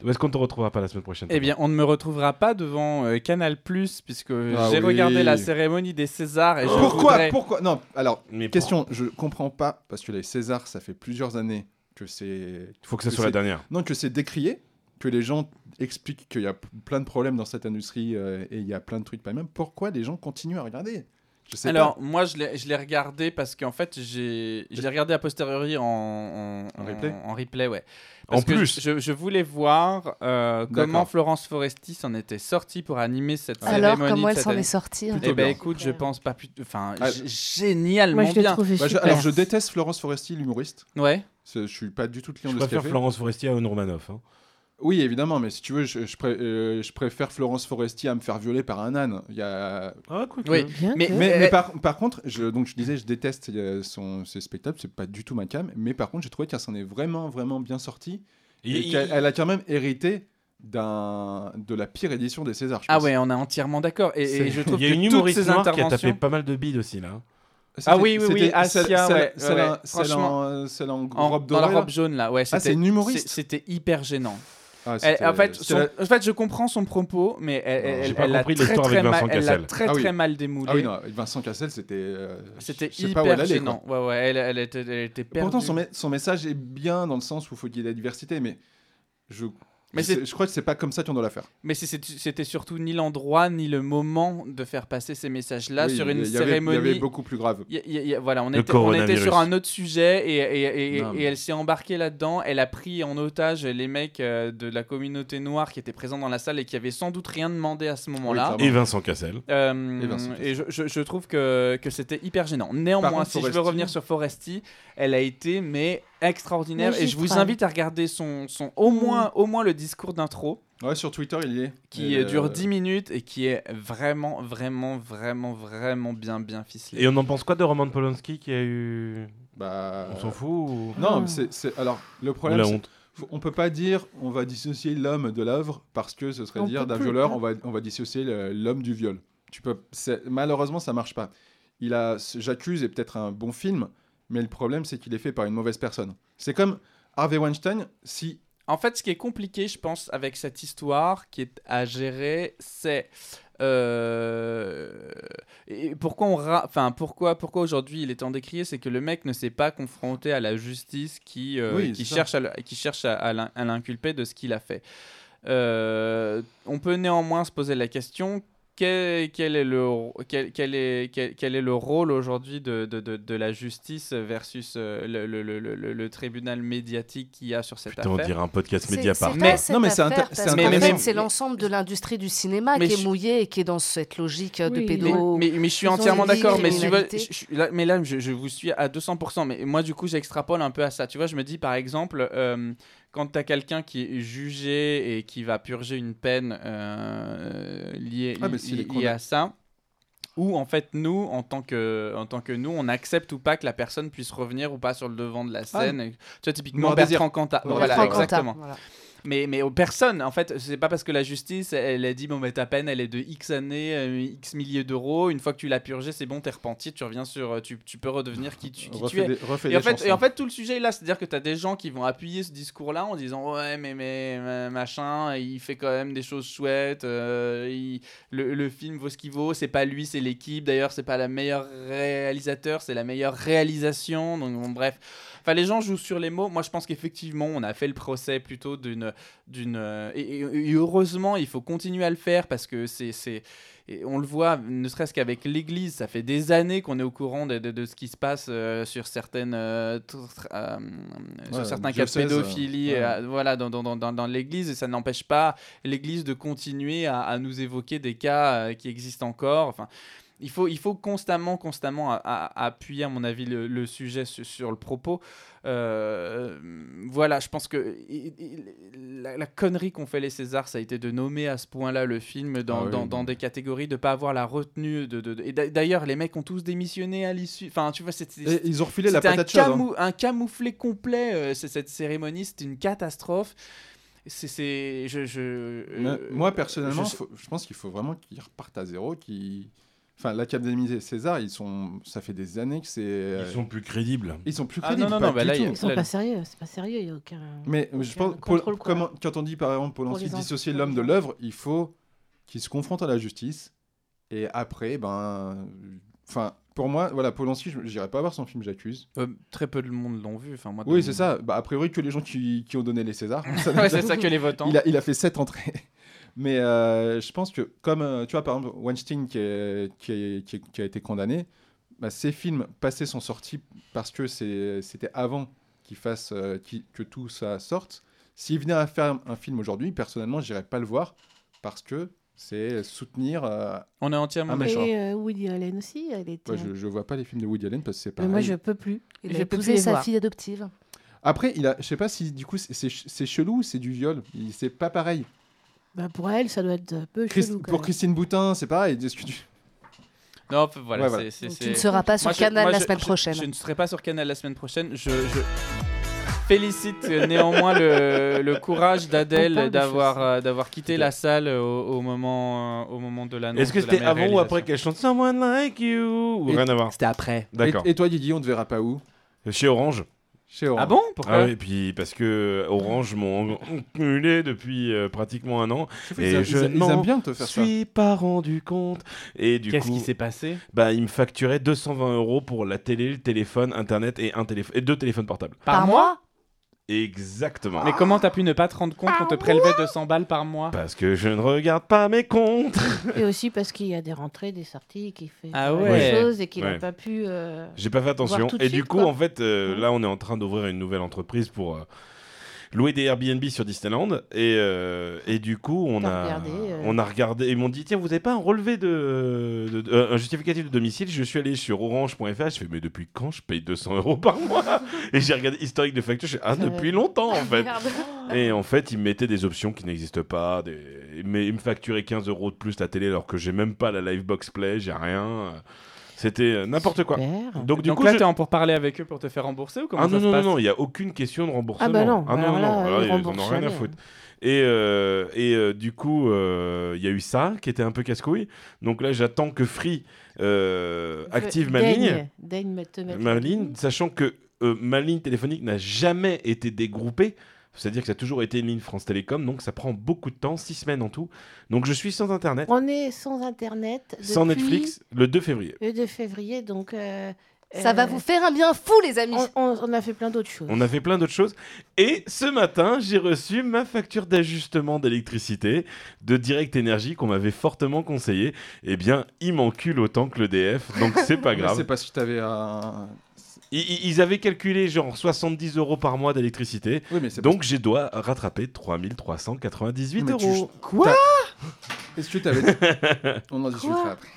[SPEAKER 2] Où est-ce qu'on te retrouvera pas la semaine prochaine
[SPEAKER 3] Eh bien, on ne me retrouvera pas devant euh, Canal Plus puisque
[SPEAKER 1] Ah
[SPEAKER 3] j'ai
[SPEAKER 1] oui.
[SPEAKER 3] regardé la cérémonie des Césars et je
[SPEAKER 1] Pourquoi
[SPEAKER 3] voudrais-
[SPEAKER 1] Pourquoi Non, alors,
[SPEAKER 2] Mais pour-
[SPEAKER 1] question, je comprends pas, parce que les Césars, ça fait plusieurs années que c'est.
[SPEAKER 2] Faut que ça
[SPEAKER 1] que
[SPEAKER 2] soit la
[SPEAKER 1] c'est-
[SPEAKER 2] dernière.
[SPEAKER 1] Non, que c'est décrié, que les gens expliquent qu'il y a p- plein de problèmes dans cette industrie euh, et il y a plein de trucs pas les mêmes. Pourquoi les gens continuent à regarder Je sais
[SPEAKER 3] Alors, moi, je l'ai je l'ai regardé parce qu'en fait, j'ai je l'ai regardé a posteriori en, en,
[SPEAKER 1] En replay
[SPEAKER 3] en replay, ouais.
[SPEAKER 2] En
[SPEAKER 3] que
[SPEAKER 2] plus.
[SPEAKER 3] je, je voulais voir euh, comment
[SPEAKER 1] D'accord.
[SPEAKER 3] Florence Foresti s'en était sortie pour animer cette
[SPEAKER 5] Alors,
[SPEAKER 3] cérémonie.
[SPEAKER 5] comment
[SPEAKER 3] de
[SPEAKER 5] elle
[SPEAKER 3] cette
[SPEAKER 5] s'en
[SPEAKER 3] année.
[SPEAKER 5] est sortie hein
[SPEAKER 1] Plutôt
[SPEAKER 3] Eh ben,
[SPEAKER 1] bien.
[SPEAKER 3] écoute, je pense pas plus. Enfin,
[SPEAKER 1] Ah.
[SPEAKER 3] g- génialement
[SPEAKER 4] Moi, je l'ai
[SPEAKER 3] bien.
[SPEAKER 4] trouvé
[SPEAKER 1] pas. Bah, je-
[SPEAKER 4] super.
[SPEAKER 1] alors, je déteste Florence Foresti, l'humoriste.
[SPEAKER 3] Ouais.
[SPEAKER 1] C'est- Je suis pas du tout client
[SPEAKER 2] Je
[SPEAKER 1] de ce qu'elle
[SPEAKER 2] préfère
[SPEAKER 1] fait.
[SPEAKER 2] Florence Foresti à Ono Romanoff. hein.
[SPEAKER 1] Oui, évidemment, mais si tu veux, je, je pré- euh, je préfère Florence Foresti à me faire violer par un âne. Il y a...
[SPEAKER 2] Ah, quoi que-
[SPEAKER 3] Oui.
[SPEAKER 4] Bien
[SPEAKER 3] Mais-
[SPEAKER 4] que-
[SPEAKER 1] Mais,
[SPEAKER 3] Euh,
[SPEAKER 1] mais par, par contre, je, donc je disais, je déteste euh, son, ses spectacles, c'est pas du tout ma cam, mais par contre, j'ai trouvé qu'elle s'en est vraiment, vraiment bien sortie.
[SPEAKER 2] Il-
[SPEAKER 1] et
[SPEAKER 2] il-
[SPEAKER 1] qu'elle elle a quand même hérité d'un de la pire édition des Césars. je
[SPEAKER 3] Ah
[SPEAKER 1] pense.
[SPEAKER 3] ouais, on est entièrement d'accord. Et, et
[SPEAKER 1] C'est-
[SPEAKER 3] je trouve
[SPEAKER 2] Il y a une
[SPEAKER 3] que toutes
[SPEAKER 2] humoriste
[SPEAKER 3] ces
[SPEAKER 2] noire qui a tapé
[SPEAKER 3] interventions.
[SPEAKER 2] pas mal de bides aussi là. hein.
[SPEAKER 1] C'était-
[SPEAKER 3] Ah oui, oui, oui,
[SPEAKER 1] c'était
[SPEAKER 3] Asia,
[SPEAKER 1] celle- celle-
[SPEAKER 3] ouais,
[SPEAKER 1] celle-
[SPEAKER 3] ouais, ouais.
[SPEAKER 1] celle
[SPEAKER 3] Franchement.
[SPEAKER 1] en, euh, celle en
[SPEAKER 3] en-
[SPEAKER 1] robe
[SPEAKER 3] dans la
[SPEAKER 1] dorée, là.
[SPEAKER 3] robe jaune là, ouais.
[SPEAKER 1] Ah,
[SPEAKER 3] c'était-
[SPEAKER 1] c'est une humoriste.
[SPEAKER 3] c'est- C'était hyper gênant.
[SPEAKER 1] Ah,
[SPEAKER 3] Elle-
[SPEAKER 1] c'était-
[SPEAKER 3] en, fait,
[SPEAKER 1] c'était
[SPEAKER 3] son-
[SPEAKER 1] la-
[SPEAKER 3] en fait, je comprends son propos, mais elle,
[SPEAKER 2] Non,
[SPEAKER 3] elle-
[SPEAKER 2] j'ai
[SPEAKER 3] elle-
[SPEAKER 2] pas
[SPEAKER 3] elle l'a
[SPEAKER 2] compris
[SPEAKER 3] très,
[SPEAKER 2] l'histoire avec
[SPEAKER 3] très mal,
[SPEAKER 2] Vincent
[SPEAKER 3] elle l'a
[SPEAKER 2] Cassel.
[SPEAKER 3] très
[SPEAKER 1] Ah oui.
[SPEAKER 3] très mal démoulé.
[SPEAKER 1] Ah oui, non, Vincent Cassel, c'était. euh,
[SPEAKER 3] C'était
[SPEAKER 1] je sais pas
[SPEAKER 3] hyper
[SPEAKER 1] où elle allait, quoi.
[SPEAKER 3] gênant. Ouais, ouais, elle, elle était, elle était perdue.
[SPEAKER 1] Pourtant, son, me- son message est bien dans le sens où il faut qu'il y ait de la diversité, mais je,
[SPEAKER 3] Mais
[SPEAKER 1] je sais-
[SPEAKER 3] c'est-
[SPEAKER 1] je crois que c'est pas comme ça qu'on doit la faire.
[SPEAKER 3] Mais c'est- c'est- c'était surtout ni l'endroit ni le moment de faire passer ces messages-là
[SPEAKER 1] Oui,
[SPEAKER 3] sur
[SPEAKER 1] il y
[SPEAKER 3] une
[SPEAKER 1] avait-
[SPEAKER 3] cérémonie.
[SPEAKER 1] Il y avait beaucoup plus grave.
[SPEAKER 3] Y- y- y- voilà, on
[SPEAKER 2] Le
[SPEAKER 3] était, on était
[SPEAKER 2] coronavirus.
[SPEAKER 3] sur un autre sujet et, et- et-
[SPEAKER 1] Non,
[SPEAKER 3] et
[SPEAKER 1] mais-
[SPEAKER 3] elle s'est embarquée là-dedans. Elle a pris en otage les mecs euh, de la communauté noire qui étaient présents dans la salle et qui avaient sans doute rien demandé à ce moment-là.
[SPEAKER 1] clairement. Eh ben,
[SPEAKER 2] Et Vincent Cassel.
[SPEAKER 3] Euh,
[SPEAKER 1] Et Vincent Cassel.
[SPEAKER 3] et je, je- je trouve que, que c'était hyper gênant. Néanmoins,
[SPEAKER 1] Par contre,
[SPEAKER 3] si je
[SPEAKER 1] Foresti-
[SPEAKER 3] veux revenir sur Foresti, elle a été mais extraordinaire et je vous
[SPEAKER 4] Magistral.
[SPEAKER 3] invite à regarder son, son au moins au moins le discours d'intro
[SPEAKER 1] Ouais, sur Twitter, il y est.
[SPEAKER 3] qui
[SPEAKER 1] Et,
[SPEAKER 3] euh, dure
[SPEAKER 1] euh,
[SPEAKER 3] 10 minutes et qui est vraiment vraiment vraiment vraiment bien bien ficelé.
[SPEAKER 2] Et on en pense quoi de Roman Polanski qui a eu.
[SPEAKER 1] Bah.
[SPEAKER 2] On
[SPEAKER 3] Euh,
[SPEAKER 2] s'en fout ou...
[SPEAKER 1] Non,
[SPEAKER 4] Ah.
[SPEAKER 1] mais c'est- c'est. Alors, le
[SPEAKER 2] Ou
[SPEAKER 1] problème,
[SPEAKER 2] la
[SPEAKER 1] c'est-
[SPEAKER 2] honte
[SPEAKER 1] faut- on peut pas dire on va dissocier l'homme de l'œuvre parce que ce serait
[SPEAKER 4] On
[SPEAKER 1] dire
[SPEAKER 4] peut
[SPEAKER 1] d'un
[SPEAKER 4] plus,
[SPEAKER 1] violeur
[SPEAKER 4] pas.
[SPEAKER 1] on va, on va dissocier le- l'homme du viol. Tu peux, c'est- malheureusement, ça marche pas. Il a, j'accuse, est peut-être un bon film, mais le problème c'est qu'il est fait par une mauvaise personne. C'est comme Harvey Weinstein, si
[SPEAKER 3] En fait, ce qui est compliqué, je pense, avec cette histoire qui est à gérer, c'est euh, et pourquoi on ra- enfin pourquoi pourquoi aujourd'hui il est tant décrié, c'est que le mec ne s'est pas confronté à la justice qui euh,
[SPEAKER 1] Oui,
[SPEAKER 3] qui,
[SPEAKER 1] c'est ça.
[SPEAKER 3] cherche à le- qui cherche à, à l'in- à l'inculper de ce qu'il a fait. Euh, on peut néanmoins se poser la question. Quel, quel est, le, ro- quel, quel est, quel, quel est le rôle aujourd'hui de, de, de, de la justice versus euh, le, le, le, le, le tribunal médiatique qu'il y a sur cette
[SPEAKER 2] Putain, on
[SPEAKER 3] affaire
[SPEAKER 2] dirait un podcast
[SPEAKER 5] C'est-
[SPEAKER 2] Mediapart.
[SPEAKER 5] c'est
[SPEAKER 3] Mais-
[SPEAKER 5] pas cette
[SPEAKER 1] non, mais c'est
[SPEAKER 5] affaire,
[SPEAKER 1] inté-
[SPEAKER 5] parce
[SPEAKER 1] c'est
[SPEAKER 5] qu'en
[SPEAKER 3] intéressant.
[SPEAKER 5] fait, c'est l'ensemble de l'industrie du cinéma
[SPEAKER 3] Mais
[SPEAKER 5] qui
[SPEAKER 3] je-
[SPEAKER 5] est mouillée et qui est dans cette logique de
[SPEAKER 4] Oui.
[SPEAKER 3] Mais,
[SPEAKER 5] pédo.
[SPEAKER 3] mais- mais je suis
[SPEAKER 5] Ils ont
[SPEAKER 3] entièrement
[SPEAKER 5] une vie,
[SPEAKER 3] d'accord, mais,
[SPEAKER 5] une
[SPEAKER 3] tu vois,
[SPEAKER 5] réalité.
[SPEAKER 3] je- je- là, mais là, je, je vous suis à 200%. Mais moi, du coup, j'extrapole un peu à ça. Tu vois, je me dis, par exemple, euh, quand tu as quelqu'un qui est jugé et qui va purger une peine euh, liée,
[SPEAKER 1] Ah, mais s'il
[SPEAKER 3] li-
[SPEAKER 1] est condamné.
[SPEAKER 3] liée à ça, où en fait, nous, en tant, que, en tant que nous, on accepte ou pas que la personne puisse revenir ou pas sur le devant de la scène. Et- Tu vois, typiquement,
[SPEAKER 1] Ah. Noir Désir.
[SPEAKER 3] Bertrand Cantat.
[SPEAKER 1] Noir
[SPEAKER 3] Voilà,
[SPEAKER 1] Désir.
[SPEAKER 3] exactement.
[SPEAKER 5] Voilà.
[SPEAKER 3] Mais, mais aux personnes, en fait, c'est pas parce que la justice, elle a dit, bon, mais ta peine, elle est de X années, euh, X milliers d'euros, une fois que tu l'as purgée, c'est bon, t'es repenti, tu reviens sur, euh, tu, tu peux redevenir qui tu, qui tu
[SPEAKER 1] refait
[SPEAKER 3] es.
[SPEAKER 1] des, refais
[SPEAKER 3] Et en,
[SPEAKER 1] des
[SPEAKER 3] fait,
[SPEAKER 1] chansons.
[SPEAKER 3] et en fait, tout le sujet est là, c'est-à-dire que t'as des gens qui vont appuyer ce discours-là en disant ouais, mais, mais euh, machin, il fait quand même des choses chouettes, euh, il- le, le film vaut ce qu'il vaut, c'est pas lui, c'est l'équipe, d'ailleurs, c'est pas la meilleure réalisateur, c'est la meilleure réalisation, donc bon, bref. Enfin, les gens jouent sur les mots. Moi, je pense qu'effectivement, on a fait le procès plutôt d'une. d'une euh, et, et- et heureusement, il faut continuer à le faire parce que c'est. c'est- et on le voit, ne serait-ce qu'avec l'Église, ça fait des années qu'on est au courant de, de- de ce qui se passe euh, sur, certaines, euh, tr- tr- euh, sur
[SPEAKER 1] Ouais,
[SPEAKER 3] certains cas de
[SPEAKER 1] diocèse, euh,
[SPEAKER 3] pédophilie
[SPEAKER 1] ouais.
[SPEAKER 3] euh, voilà, dans, dans- dans- dans- dans l'Église, et ça n'empêche pas l'Église de continuer à, à nous évoquer des cas euh, qui existent encore. Enfin, il faut, il faut constamment, constamment a- a- appuyer, à mon avis, le, le sujet su- sur le propos. Euh, voilà, je pense que il- il- la, la connerie qu'ont fait les Césars, ça a été de nommer à ce point-là le film dans,
[SPEAKER 1] Ah oui,
[SPEAKER 3] dans,
[SPEAKER 1] non.
[SPEAKER 3] dans des catégories, de pas avoir la retenue. De, de- de- et d'a- d'ailleurs, les mecs ont tous démissionné à l'issue. Enfin, tu vois, c'était
[SPEAKER 1] Et ils ont refilé la
[SPEAKER 3] c'était
[SPEAKER 1] patate
[SPEAKER 3] un,
[SPEAKER 1] chaude. hein.
[SPEAKER 3] camou- un camouflet complet, euh, c'est- cette cérémonie, c'est une catastrophe. C'est, c'est, je, je,
[SPEAKER 1] Mais
[SPEAKER 3] euh,
[SPEAKER 1] Moi, personnellement,
[SPEAKER 3] je-
[SPEAKER 1] faut- je, pense qu'il faut vraiment qu'ils repartent à zéro. qu'ils- Enfin, l'Académie des César, ils sont... ça fait des années que c'est.
[SPEAKER 3] Euh,
[SPEAKER 1] euh,
[SPEAKER 2] Ils sont plus crédibles.
[SPEAKER 1] Ils sont plus
[SPEAKER 3] Ah non,
[SPEAKER 1] crédibles.
[SPEAKER 3] non,
[SPEAKER 1] pas
[SPEAKER 3] non, bah
[SPEAKER 1] du
[SPEAKER 3] là, il y a-
[SPEAKER 1] tout.
[SPEAKER 4] Ils sont
[SPEAKER 3] Là,
[SPEAKER 4] pas
[SPEAKER 3] le-
[SPEAKER 4] sérieux, c'est pas sérieux, il n'y a aucun.
[SPEAKER 1] Mais je pense,
[SPEAKER 4] Aucun
[SPEAKER 1] Paul-
[SPEAKER 4] contrôle, quoi.
[SPEAKER 1] comment- quand on dit par exemple Polanski
[SPEAKER 4] les enfants,
[SPEAKER 1] dissocier
[SPEAKER 4] pour
[SPEAKER 1] l'homme
[SPEAKER 4] les
[SPEAKER 1] de
[SPEAKER 4] enfants.
[SPEAKER 1] l'œuvre, il faut qu'il se confronte à la justice. Et après, ben. Enfin, pour moi, voilà, Polanski, je- j'irai pas voir son film J'accuse.
[SPEAKER 3] Euh, très peu de monde l'ont vu. Enfin, moi,
[SPEAKER 1] Oui,
[SPEAKER 3] de-
[SPEAKER 1] c'est ça. Bah, a priori, que les gens qui, qui ont donné
[SPEAKER 3] [laughs]
[SPEAKER 1] les Césars. Ça
[SPEAKER 3] ouais, c'est ça que les votants.
[SPEAKER 1] il, a, il a fait 7 entrées. [laughs] Mais euh, je pense que, comme euh, tu vois, par exemple, Weinstein qui, est- qui, est- qui est- qui a été condamné, bah, ses films passés sont sortis parce que c'est- c'était avant qu'il fasse, euh, qu'il- que tout ça sorte. S'il venait à faire un film aujourd'hui, personnellement, j'irais pas le voir parce que c'est soutenir. euh,
[SPEAKER 3] On est entièrement.
[SPEAKER 1] Ah, mais-
[SPEAKER 3] d'accord.
[SPEAKER 1] méchant.
[SPEAKER 4] Et euh, Woody Allen aussi, elle était.
[SPEAKER 1] bah, je, bah, je vois pas les films de Woody Allen parce que c'est pas.
[SPEAKER 4] Mais moi, je peux plus.
[SPEAKER 5] Il
[SPEAKER 4] Je
[SPEAKER 5] a
[SPEAKER 4] peux plus
[SPEAKER 5] épousé
[SPEAKER 4] les
[SPEAKER 5] sa
[SPEAKER 4] voir.
[SPEAKER 5] fille adoptive.
[SPEAKER 1] Après, il a, je sais pas si du coup c'est- c'est ch- c'est chelou, c'est du viol, Il- c'est pas pareil.
[SPEAKER 4] Bah, pour elle, ça doit être un peu
[SPEAKER 1] Chris-
[SPEAKER 4] chelou. quand
[SPEAKER 1] pour
[SPEAKER 4] même.
[SPEAKER 1] Christine Boutin, c'est pareil. Est-ce que tu-
[SPEAKER 3] Non, enfin, voilà.
[SPEAKER 1] Ouais,
[SPEAKER 3] c'est-
[SPEAKER 1] voilà.
[SPEAKER 3] c'est-
[SPEAKER 5] Donc,
[SPEAKER 3] c'est-
[SPEAKER 5] tu ne seras pas sur
[SPEAKER 3] Moi, je-
[SPEAKER 5] Canal
[SPEAKER 3] moi,
[SPEAKER 5] la
[SPEAKER 3] je-
[SPEAKER 5] semaine
[SPEAKER 3] je-
[SPEAKER 5] prochaine.
[SPEAKER 3] Je ne serai pas sur Canal la semaine prochaine. Je, je félicite euh, néanmoins le, le courage
[SPEAKER 4] On parle
[SPEAKER 3] d'Adèle
[SPEAKER 4] de
[SPEAKER 3] d'avoir
[SPEAKER 4] choses.
[SPEAKER 3] euh, d'avoir quitté
[SPEAKER 2] Ok.
[SPEAKER 3] la salle au, au moment euh, au moment de l'annonce.
[SPEAKER 2] Est-ce que
[SPEAKER 3] de la
[SPEAKER 2] c'était
[SPEAKER 3] meilleure
[SPEAKER 2] avant ou après
[SPEAKER 3] réalisation.
[SPEAKER 2] qu'elle chante Someone Like You Ou
[SPEAKER 1] Et-
[SPEAKER 2] rien à voir
[SPEAKER 3] C'était après.
[SPEAKER 2] D'accord.
[SPEAKER 1] Et, et toi, Didi, on te verra pas où
[SPEAKER 2] Chez Orange.
[SPEAKER 1] Chez Orange.
[SPEAKER 3] Ah bon Pourquoi
[SPEAKER 2] Ah oui, puis parce que euh, Orange m'ont enculé depuis euh, pratiquement un an.
[SPEAKER 1] Ils,
[SPEAKER 2] Et
[SPEAKER 1] aiment-
[SPEAKER 2] je-
[SPEAKER 1] ils aiment- ils
[SPEAKER 2] non,
[SPEAKER 1] aiment bien te
[SPEAKER 2] Je
[SPEAKER 1] faire ça.
[SPEAKER 2] suis pas rendu compte. Et du
[SPEAKER 3] Qu'est-ce
[SPEAKER 2] coup,
[SPEAKER 3] qui s'est passé
[SPEAKER 2] bah, ils me facturaient 220 euros pour la télé, le téléphone, internet et, un téléphone et deux téléphones portables.
[SPEAKER 3] Par mois
[SPEAKER 2] Exactement.
[SPEAKER 3] Mais comment t'as pu ne pas te rendre compte qu'on te prélevait 200 balles par mois
[SPEAKER 2] Parce que je ne regarde pas mes comptes.
[SPEAKER 4] Et aussi parce qu'il y a des rentrées, des sorties, qui fait
[SPEAKER 3] Ah
[SPEAKER 4] des
[SPEAKER 3] ouais.
[SPEAKER 4] choses et qu'il n'a
[SPEAKER 2] Ouais.
[SPEAKER 4] pas pu. euh,
[SPEAKER 2] J'ai pas fait attention.
[SPEAKER 4] tout de
[SPEAKER 2] Et du
[SPEAKER 4] suite,
[SPEAKER 2] coup,
[SPEAKER 4] quoi.
[SPEAKER 2] en fait, euh,
[SPEAKER 4] Ouais.
[SPEAKER 2] là, on est en train d'ouvrir une nouvelle entreprise pour. euh, loué des Airbnb sur Disneyland et, euh, et du coup on
[SPEAKER 4] T'as
[SPEAKER 2] a
[SPEAKER 4] regardé, euh.
[SPEAKER 2] on a regardé et ils m'ont dit tiens vous n'avez pas un relevé de, de- de- euh, un justificatif de domicile je suis allé sur orange.fr je fais mais depuis quand je paye 200 euros par mois
[SPEAKER 4] [laughs]
[SPEAKER 2] et j'ai regardé historique de facture je fais ah
[SPEAKER 4] Ouais.
[SPEAKER 2] depuis longtemps en fait
[SPEAKER 5] Merde.
[SPEAKER 2] et en fait, ils me mettaient des options qui n'existent pas. Des... Mais ils me facturaient 15 euros de plus la télé alors que j'ai même pas la Livebox Play, j'ai rien. C'était euh, n'importe quoi.
[SPEAKER 4] Super.
[SPEAKER 2] Donc du
[SPEAKER 3] Ah. Donc
[SPEAKER 2] coup,
[SPEAKER 3] là,
[SPEAKER 2] je-
[SPEAKER 3] t'es en pour parler avec eux pour te faire rembourser ou comment
[SPEAKER 2] ah
[SPEAKER 3] ça
[SPEAKER 2] non,
[SPEAKER 3] se
[SPEAKER 2] non, non,
[SPEAKER 3] passe
[SPEAKER 2] non, il n'y a aucune question de remboursement.
[SPEAKER 4] Ah bah non,
[SPEAKER 2] ah non,
[SPEAKER 4] alors
[SPEAKER 2] non,
[SPEAKER 4] là,
[SPEAKER 2] non,
[SPEAKER 4] ils
[SPEAKER 2] alors là, ils en ont
[SPEAKER 4] remboursent
[SPEAKER 2] rien à
[SPEAKER 4] jamais,
[SPEAKER 2] foutre. Et, euh, et euh, du coup, euh, il y a eu ça qui était un peu casse-couille. Donc là, j'attends que Free euh, active ma
[SPEAKER 4] Daigne-
[SPEAKER 2] ligne.
[SPEAKER 4] Daigne me- te mettre
[SPEAKER 2] Ma
[SPEAKER 4] la
[SPEAKER 2] ligne, sachant que euh, ma ligne téléphonique n'a jamais été dégroupée. C'est-à-dire que ça a toujours été une ligne France Télécom, donc ça prend beaucoup de temps, six semaines en tout. Donc je suis sans Internet,
[SPEAKER 4] On est sans Internet.
[SPEAKER 2] sans
[SPEAKER 4] depuis
[SPEAKER 2] Netflix, le 2 février.
[SPEAKER 4] Le 2 février, donc. euh,
[SPEAKER 5] Ça va
[SPEAKER 4] euh,
[SPEAKER 5] vous faire un bien fou, les amis.
[SPEAKER 4] On, on- on a fait plein d'autres choses.
[SPEAKER 2] On a fait plein d'autres choses. Et ce matin, j'ai reçu ma facture d'ajustement d'électricité de Direct Énergie qu'on m'avait fortement conseillé. Eh bien, il m'encule autant que l'EDF,
[SPEAKER 1] [laughs]
[SPEAKER 2] donc c'est pas
[SPEAKER 1] Mais C'est
[SPEAKER 2] grave.
[SPEAKER 1] parce que t'avais un.
[SPEAKER 2] Ils- Ils, ils avaient calculé genre 70 euros par mois d'électricité.
[SPEAKER 1] Oui, mais c'est
[SPEAKER 2] Donc, je dois rattraper 3398
[SPEAKER 1] Mais tu-
[SPEAKER 2] euros.
[SPEAKER 1] Quoi Est-ce que t'avais.
[SPEAKER 2] [laughs]
[SPEAKER 1] On en discutera après.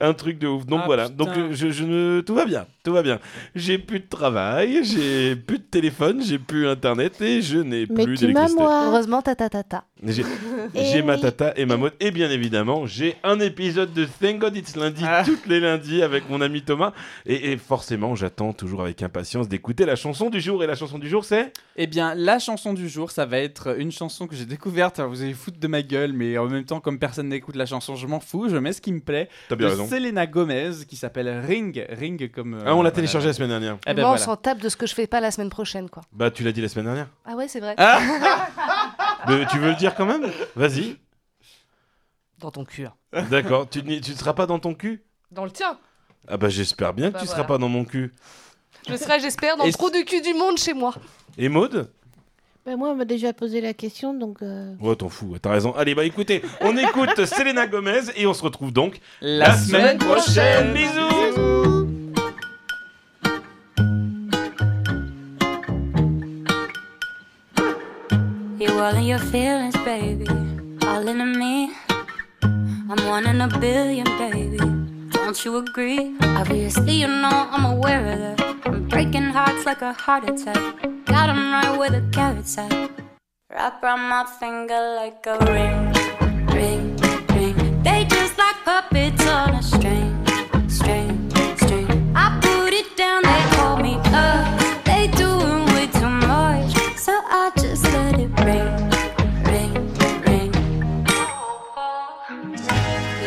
[SPEAKER 2] un truc de ouf. Donc
[SPEAKER 3] Ah,
[SPEAKER 2] voilà,
[SPEAKER 3] putain.
[SPEAKER 2] donc euh, je, je ne tout va bien, tout va bien. J'ai plus de travail, j'ai plus de téléphone, j'ai plus internet et je n'ai
[SPEAKER 4] Mais
[SPEAKER 2] plus
[SPEAKER 4] tu m'as,
[SPEAKER 2] d'électricité.
[SPEAKER 4] moi.
[SPEAKER 5] Heureusement, ta ta ta ta.
[SPEAKER 2] J'ai
[SPEAKER 4] Eh
[SPEAKER 2] j'ai ma
[SPEAKER 4] oui.
[SPEAKER 2] tata et ma mode et bien évidemment, j'ai un épisode de Thank God It's lundi
[SPEAKER 3] Ah.
[SPEAKER 2] toutes les lundis avec mon ami Thomas et, et forcément, j'attends toujours avec impatience d'écouter la chanson du jour et la chanson du jour c'est
[SPEAKER 3] Eh bien, la chanson du jour, ça va être une chanson que j'ai découverte. Alors, vous allez foutre de ma gueule, mais en même temps, comme personne n'écoute la chanson, je m'en fous, je mets ce qui me plaît.
[SPEAKER 2] T'as
[SPEAKER 3] De
[SPEAKER 2] bien raison.
[SPEAKER 3] Selena Gomez, qui s'appelle Ring. Ring comme. euh,
[SPEAKER 2] Ah, on l'a
[SPEAKER 3] voilà.
[SPEAKER 2] téléchargé la semaine dernière.
[SPEAKER 3] Eh ben
[SPEAKER 5] moi,
[SPEAKER 3] voilà.
[SPEAKER 5] on s'en tape de ce que je fais pas la semaine prochaine, quoi.
[SPEAKER 2] Bah, tu l'as dit la semaine dernière.
[SPEAKER 5] Ah ouais, c'est vrai.
[SPEAKER 3] Ah.
[SPEAKER 2] Mais tu veux le dire quand même Vas-y.
[SPEAKER 5] Dans ton cul.
[SPEAKER 2] D'accord. Tu n'y- tu ne seras pas dans ton cul
[SPEAKER 5] Dans le tien.
[SPEAKER 2] Ah bah j'espère bien que
[SPEAKER 5] Bah
[SPEAKER 2] tu seras
[SPEAKER 5] voilà.
[SPEAKER 2] pas dans mon cul.
[SPEAKER 5] Je serai, j'espère, dans le
[SPEAKER 3] Et-
[SPEAKER 5] trou du cul du monde chez moi.
[SPEAKER 2] Et Maude
[SPEAKER 4] Bah, moi, on m'a déjà posé la question, donc. euh,
[SPEAKER 2] Ouais, t'en fous, t'as raison. Allez, bah écoutez, on écoute Selena Gomez et on se retrouve donc
[SPEAKER 3] La semaine prochaine.
[SPEAKER 2] Bisous
[SPEAKER 6] You all in your feelings, baby. All into me. I'm one in a billion, baby. Don't you agree? Obviously, you know I'm aware of that. I'm breaking hearts like a heart attack. Got 'em right where the carrots at. Wrap around my finger like a ring. Ring, ring. They just like puppets on a string. String, string. I put it down, they call me up. They doing way too much. So I just let it ring, ring, ring.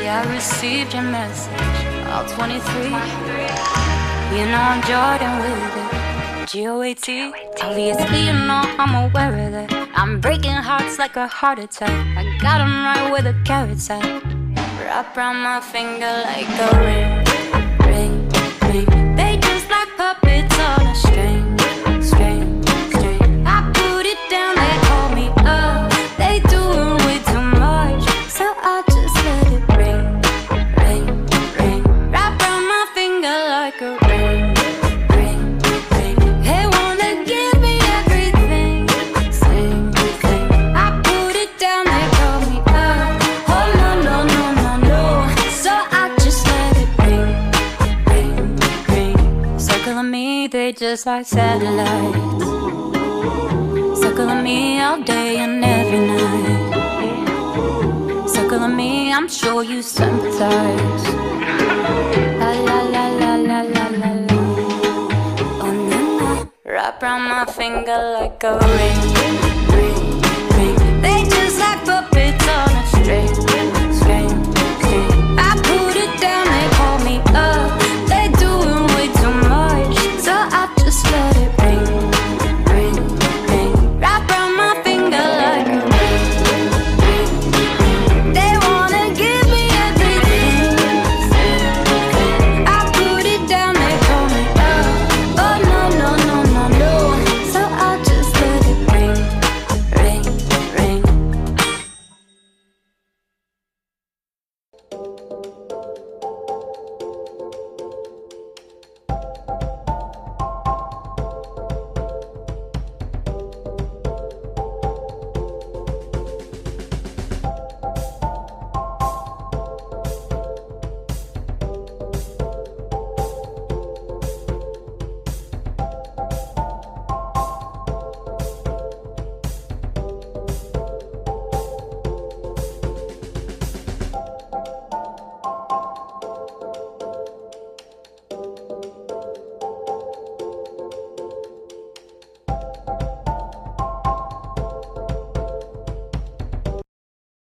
[SPEAKER 6] Yeah, I received your message. All 23. You know I'm Jordan with it. G-O-A-T Obviously you know I'm aware of that I'm breaking hearts like a heart attack I got 'em right where the carrots at Wrap around my finger like a ring Ring, ring They just like puppets on a string String, string I put it down, they call me up They doing way too much So I just let it ring Ring, ring Wrap around my finger like a ring Ring, ring. They wanna give me everything. Sing, sing. I put it down, they call me up. Oh no, no, no, no, no. So I just let it ring, ring, ring. Circling me, they just like satellites. Circling me all day and every night. Circling me, I'm sure you sympathize. La la la la la la la la. Oh na na, wrap around my finger like a ring, ring, ring. They just like puppets on a string, Oh,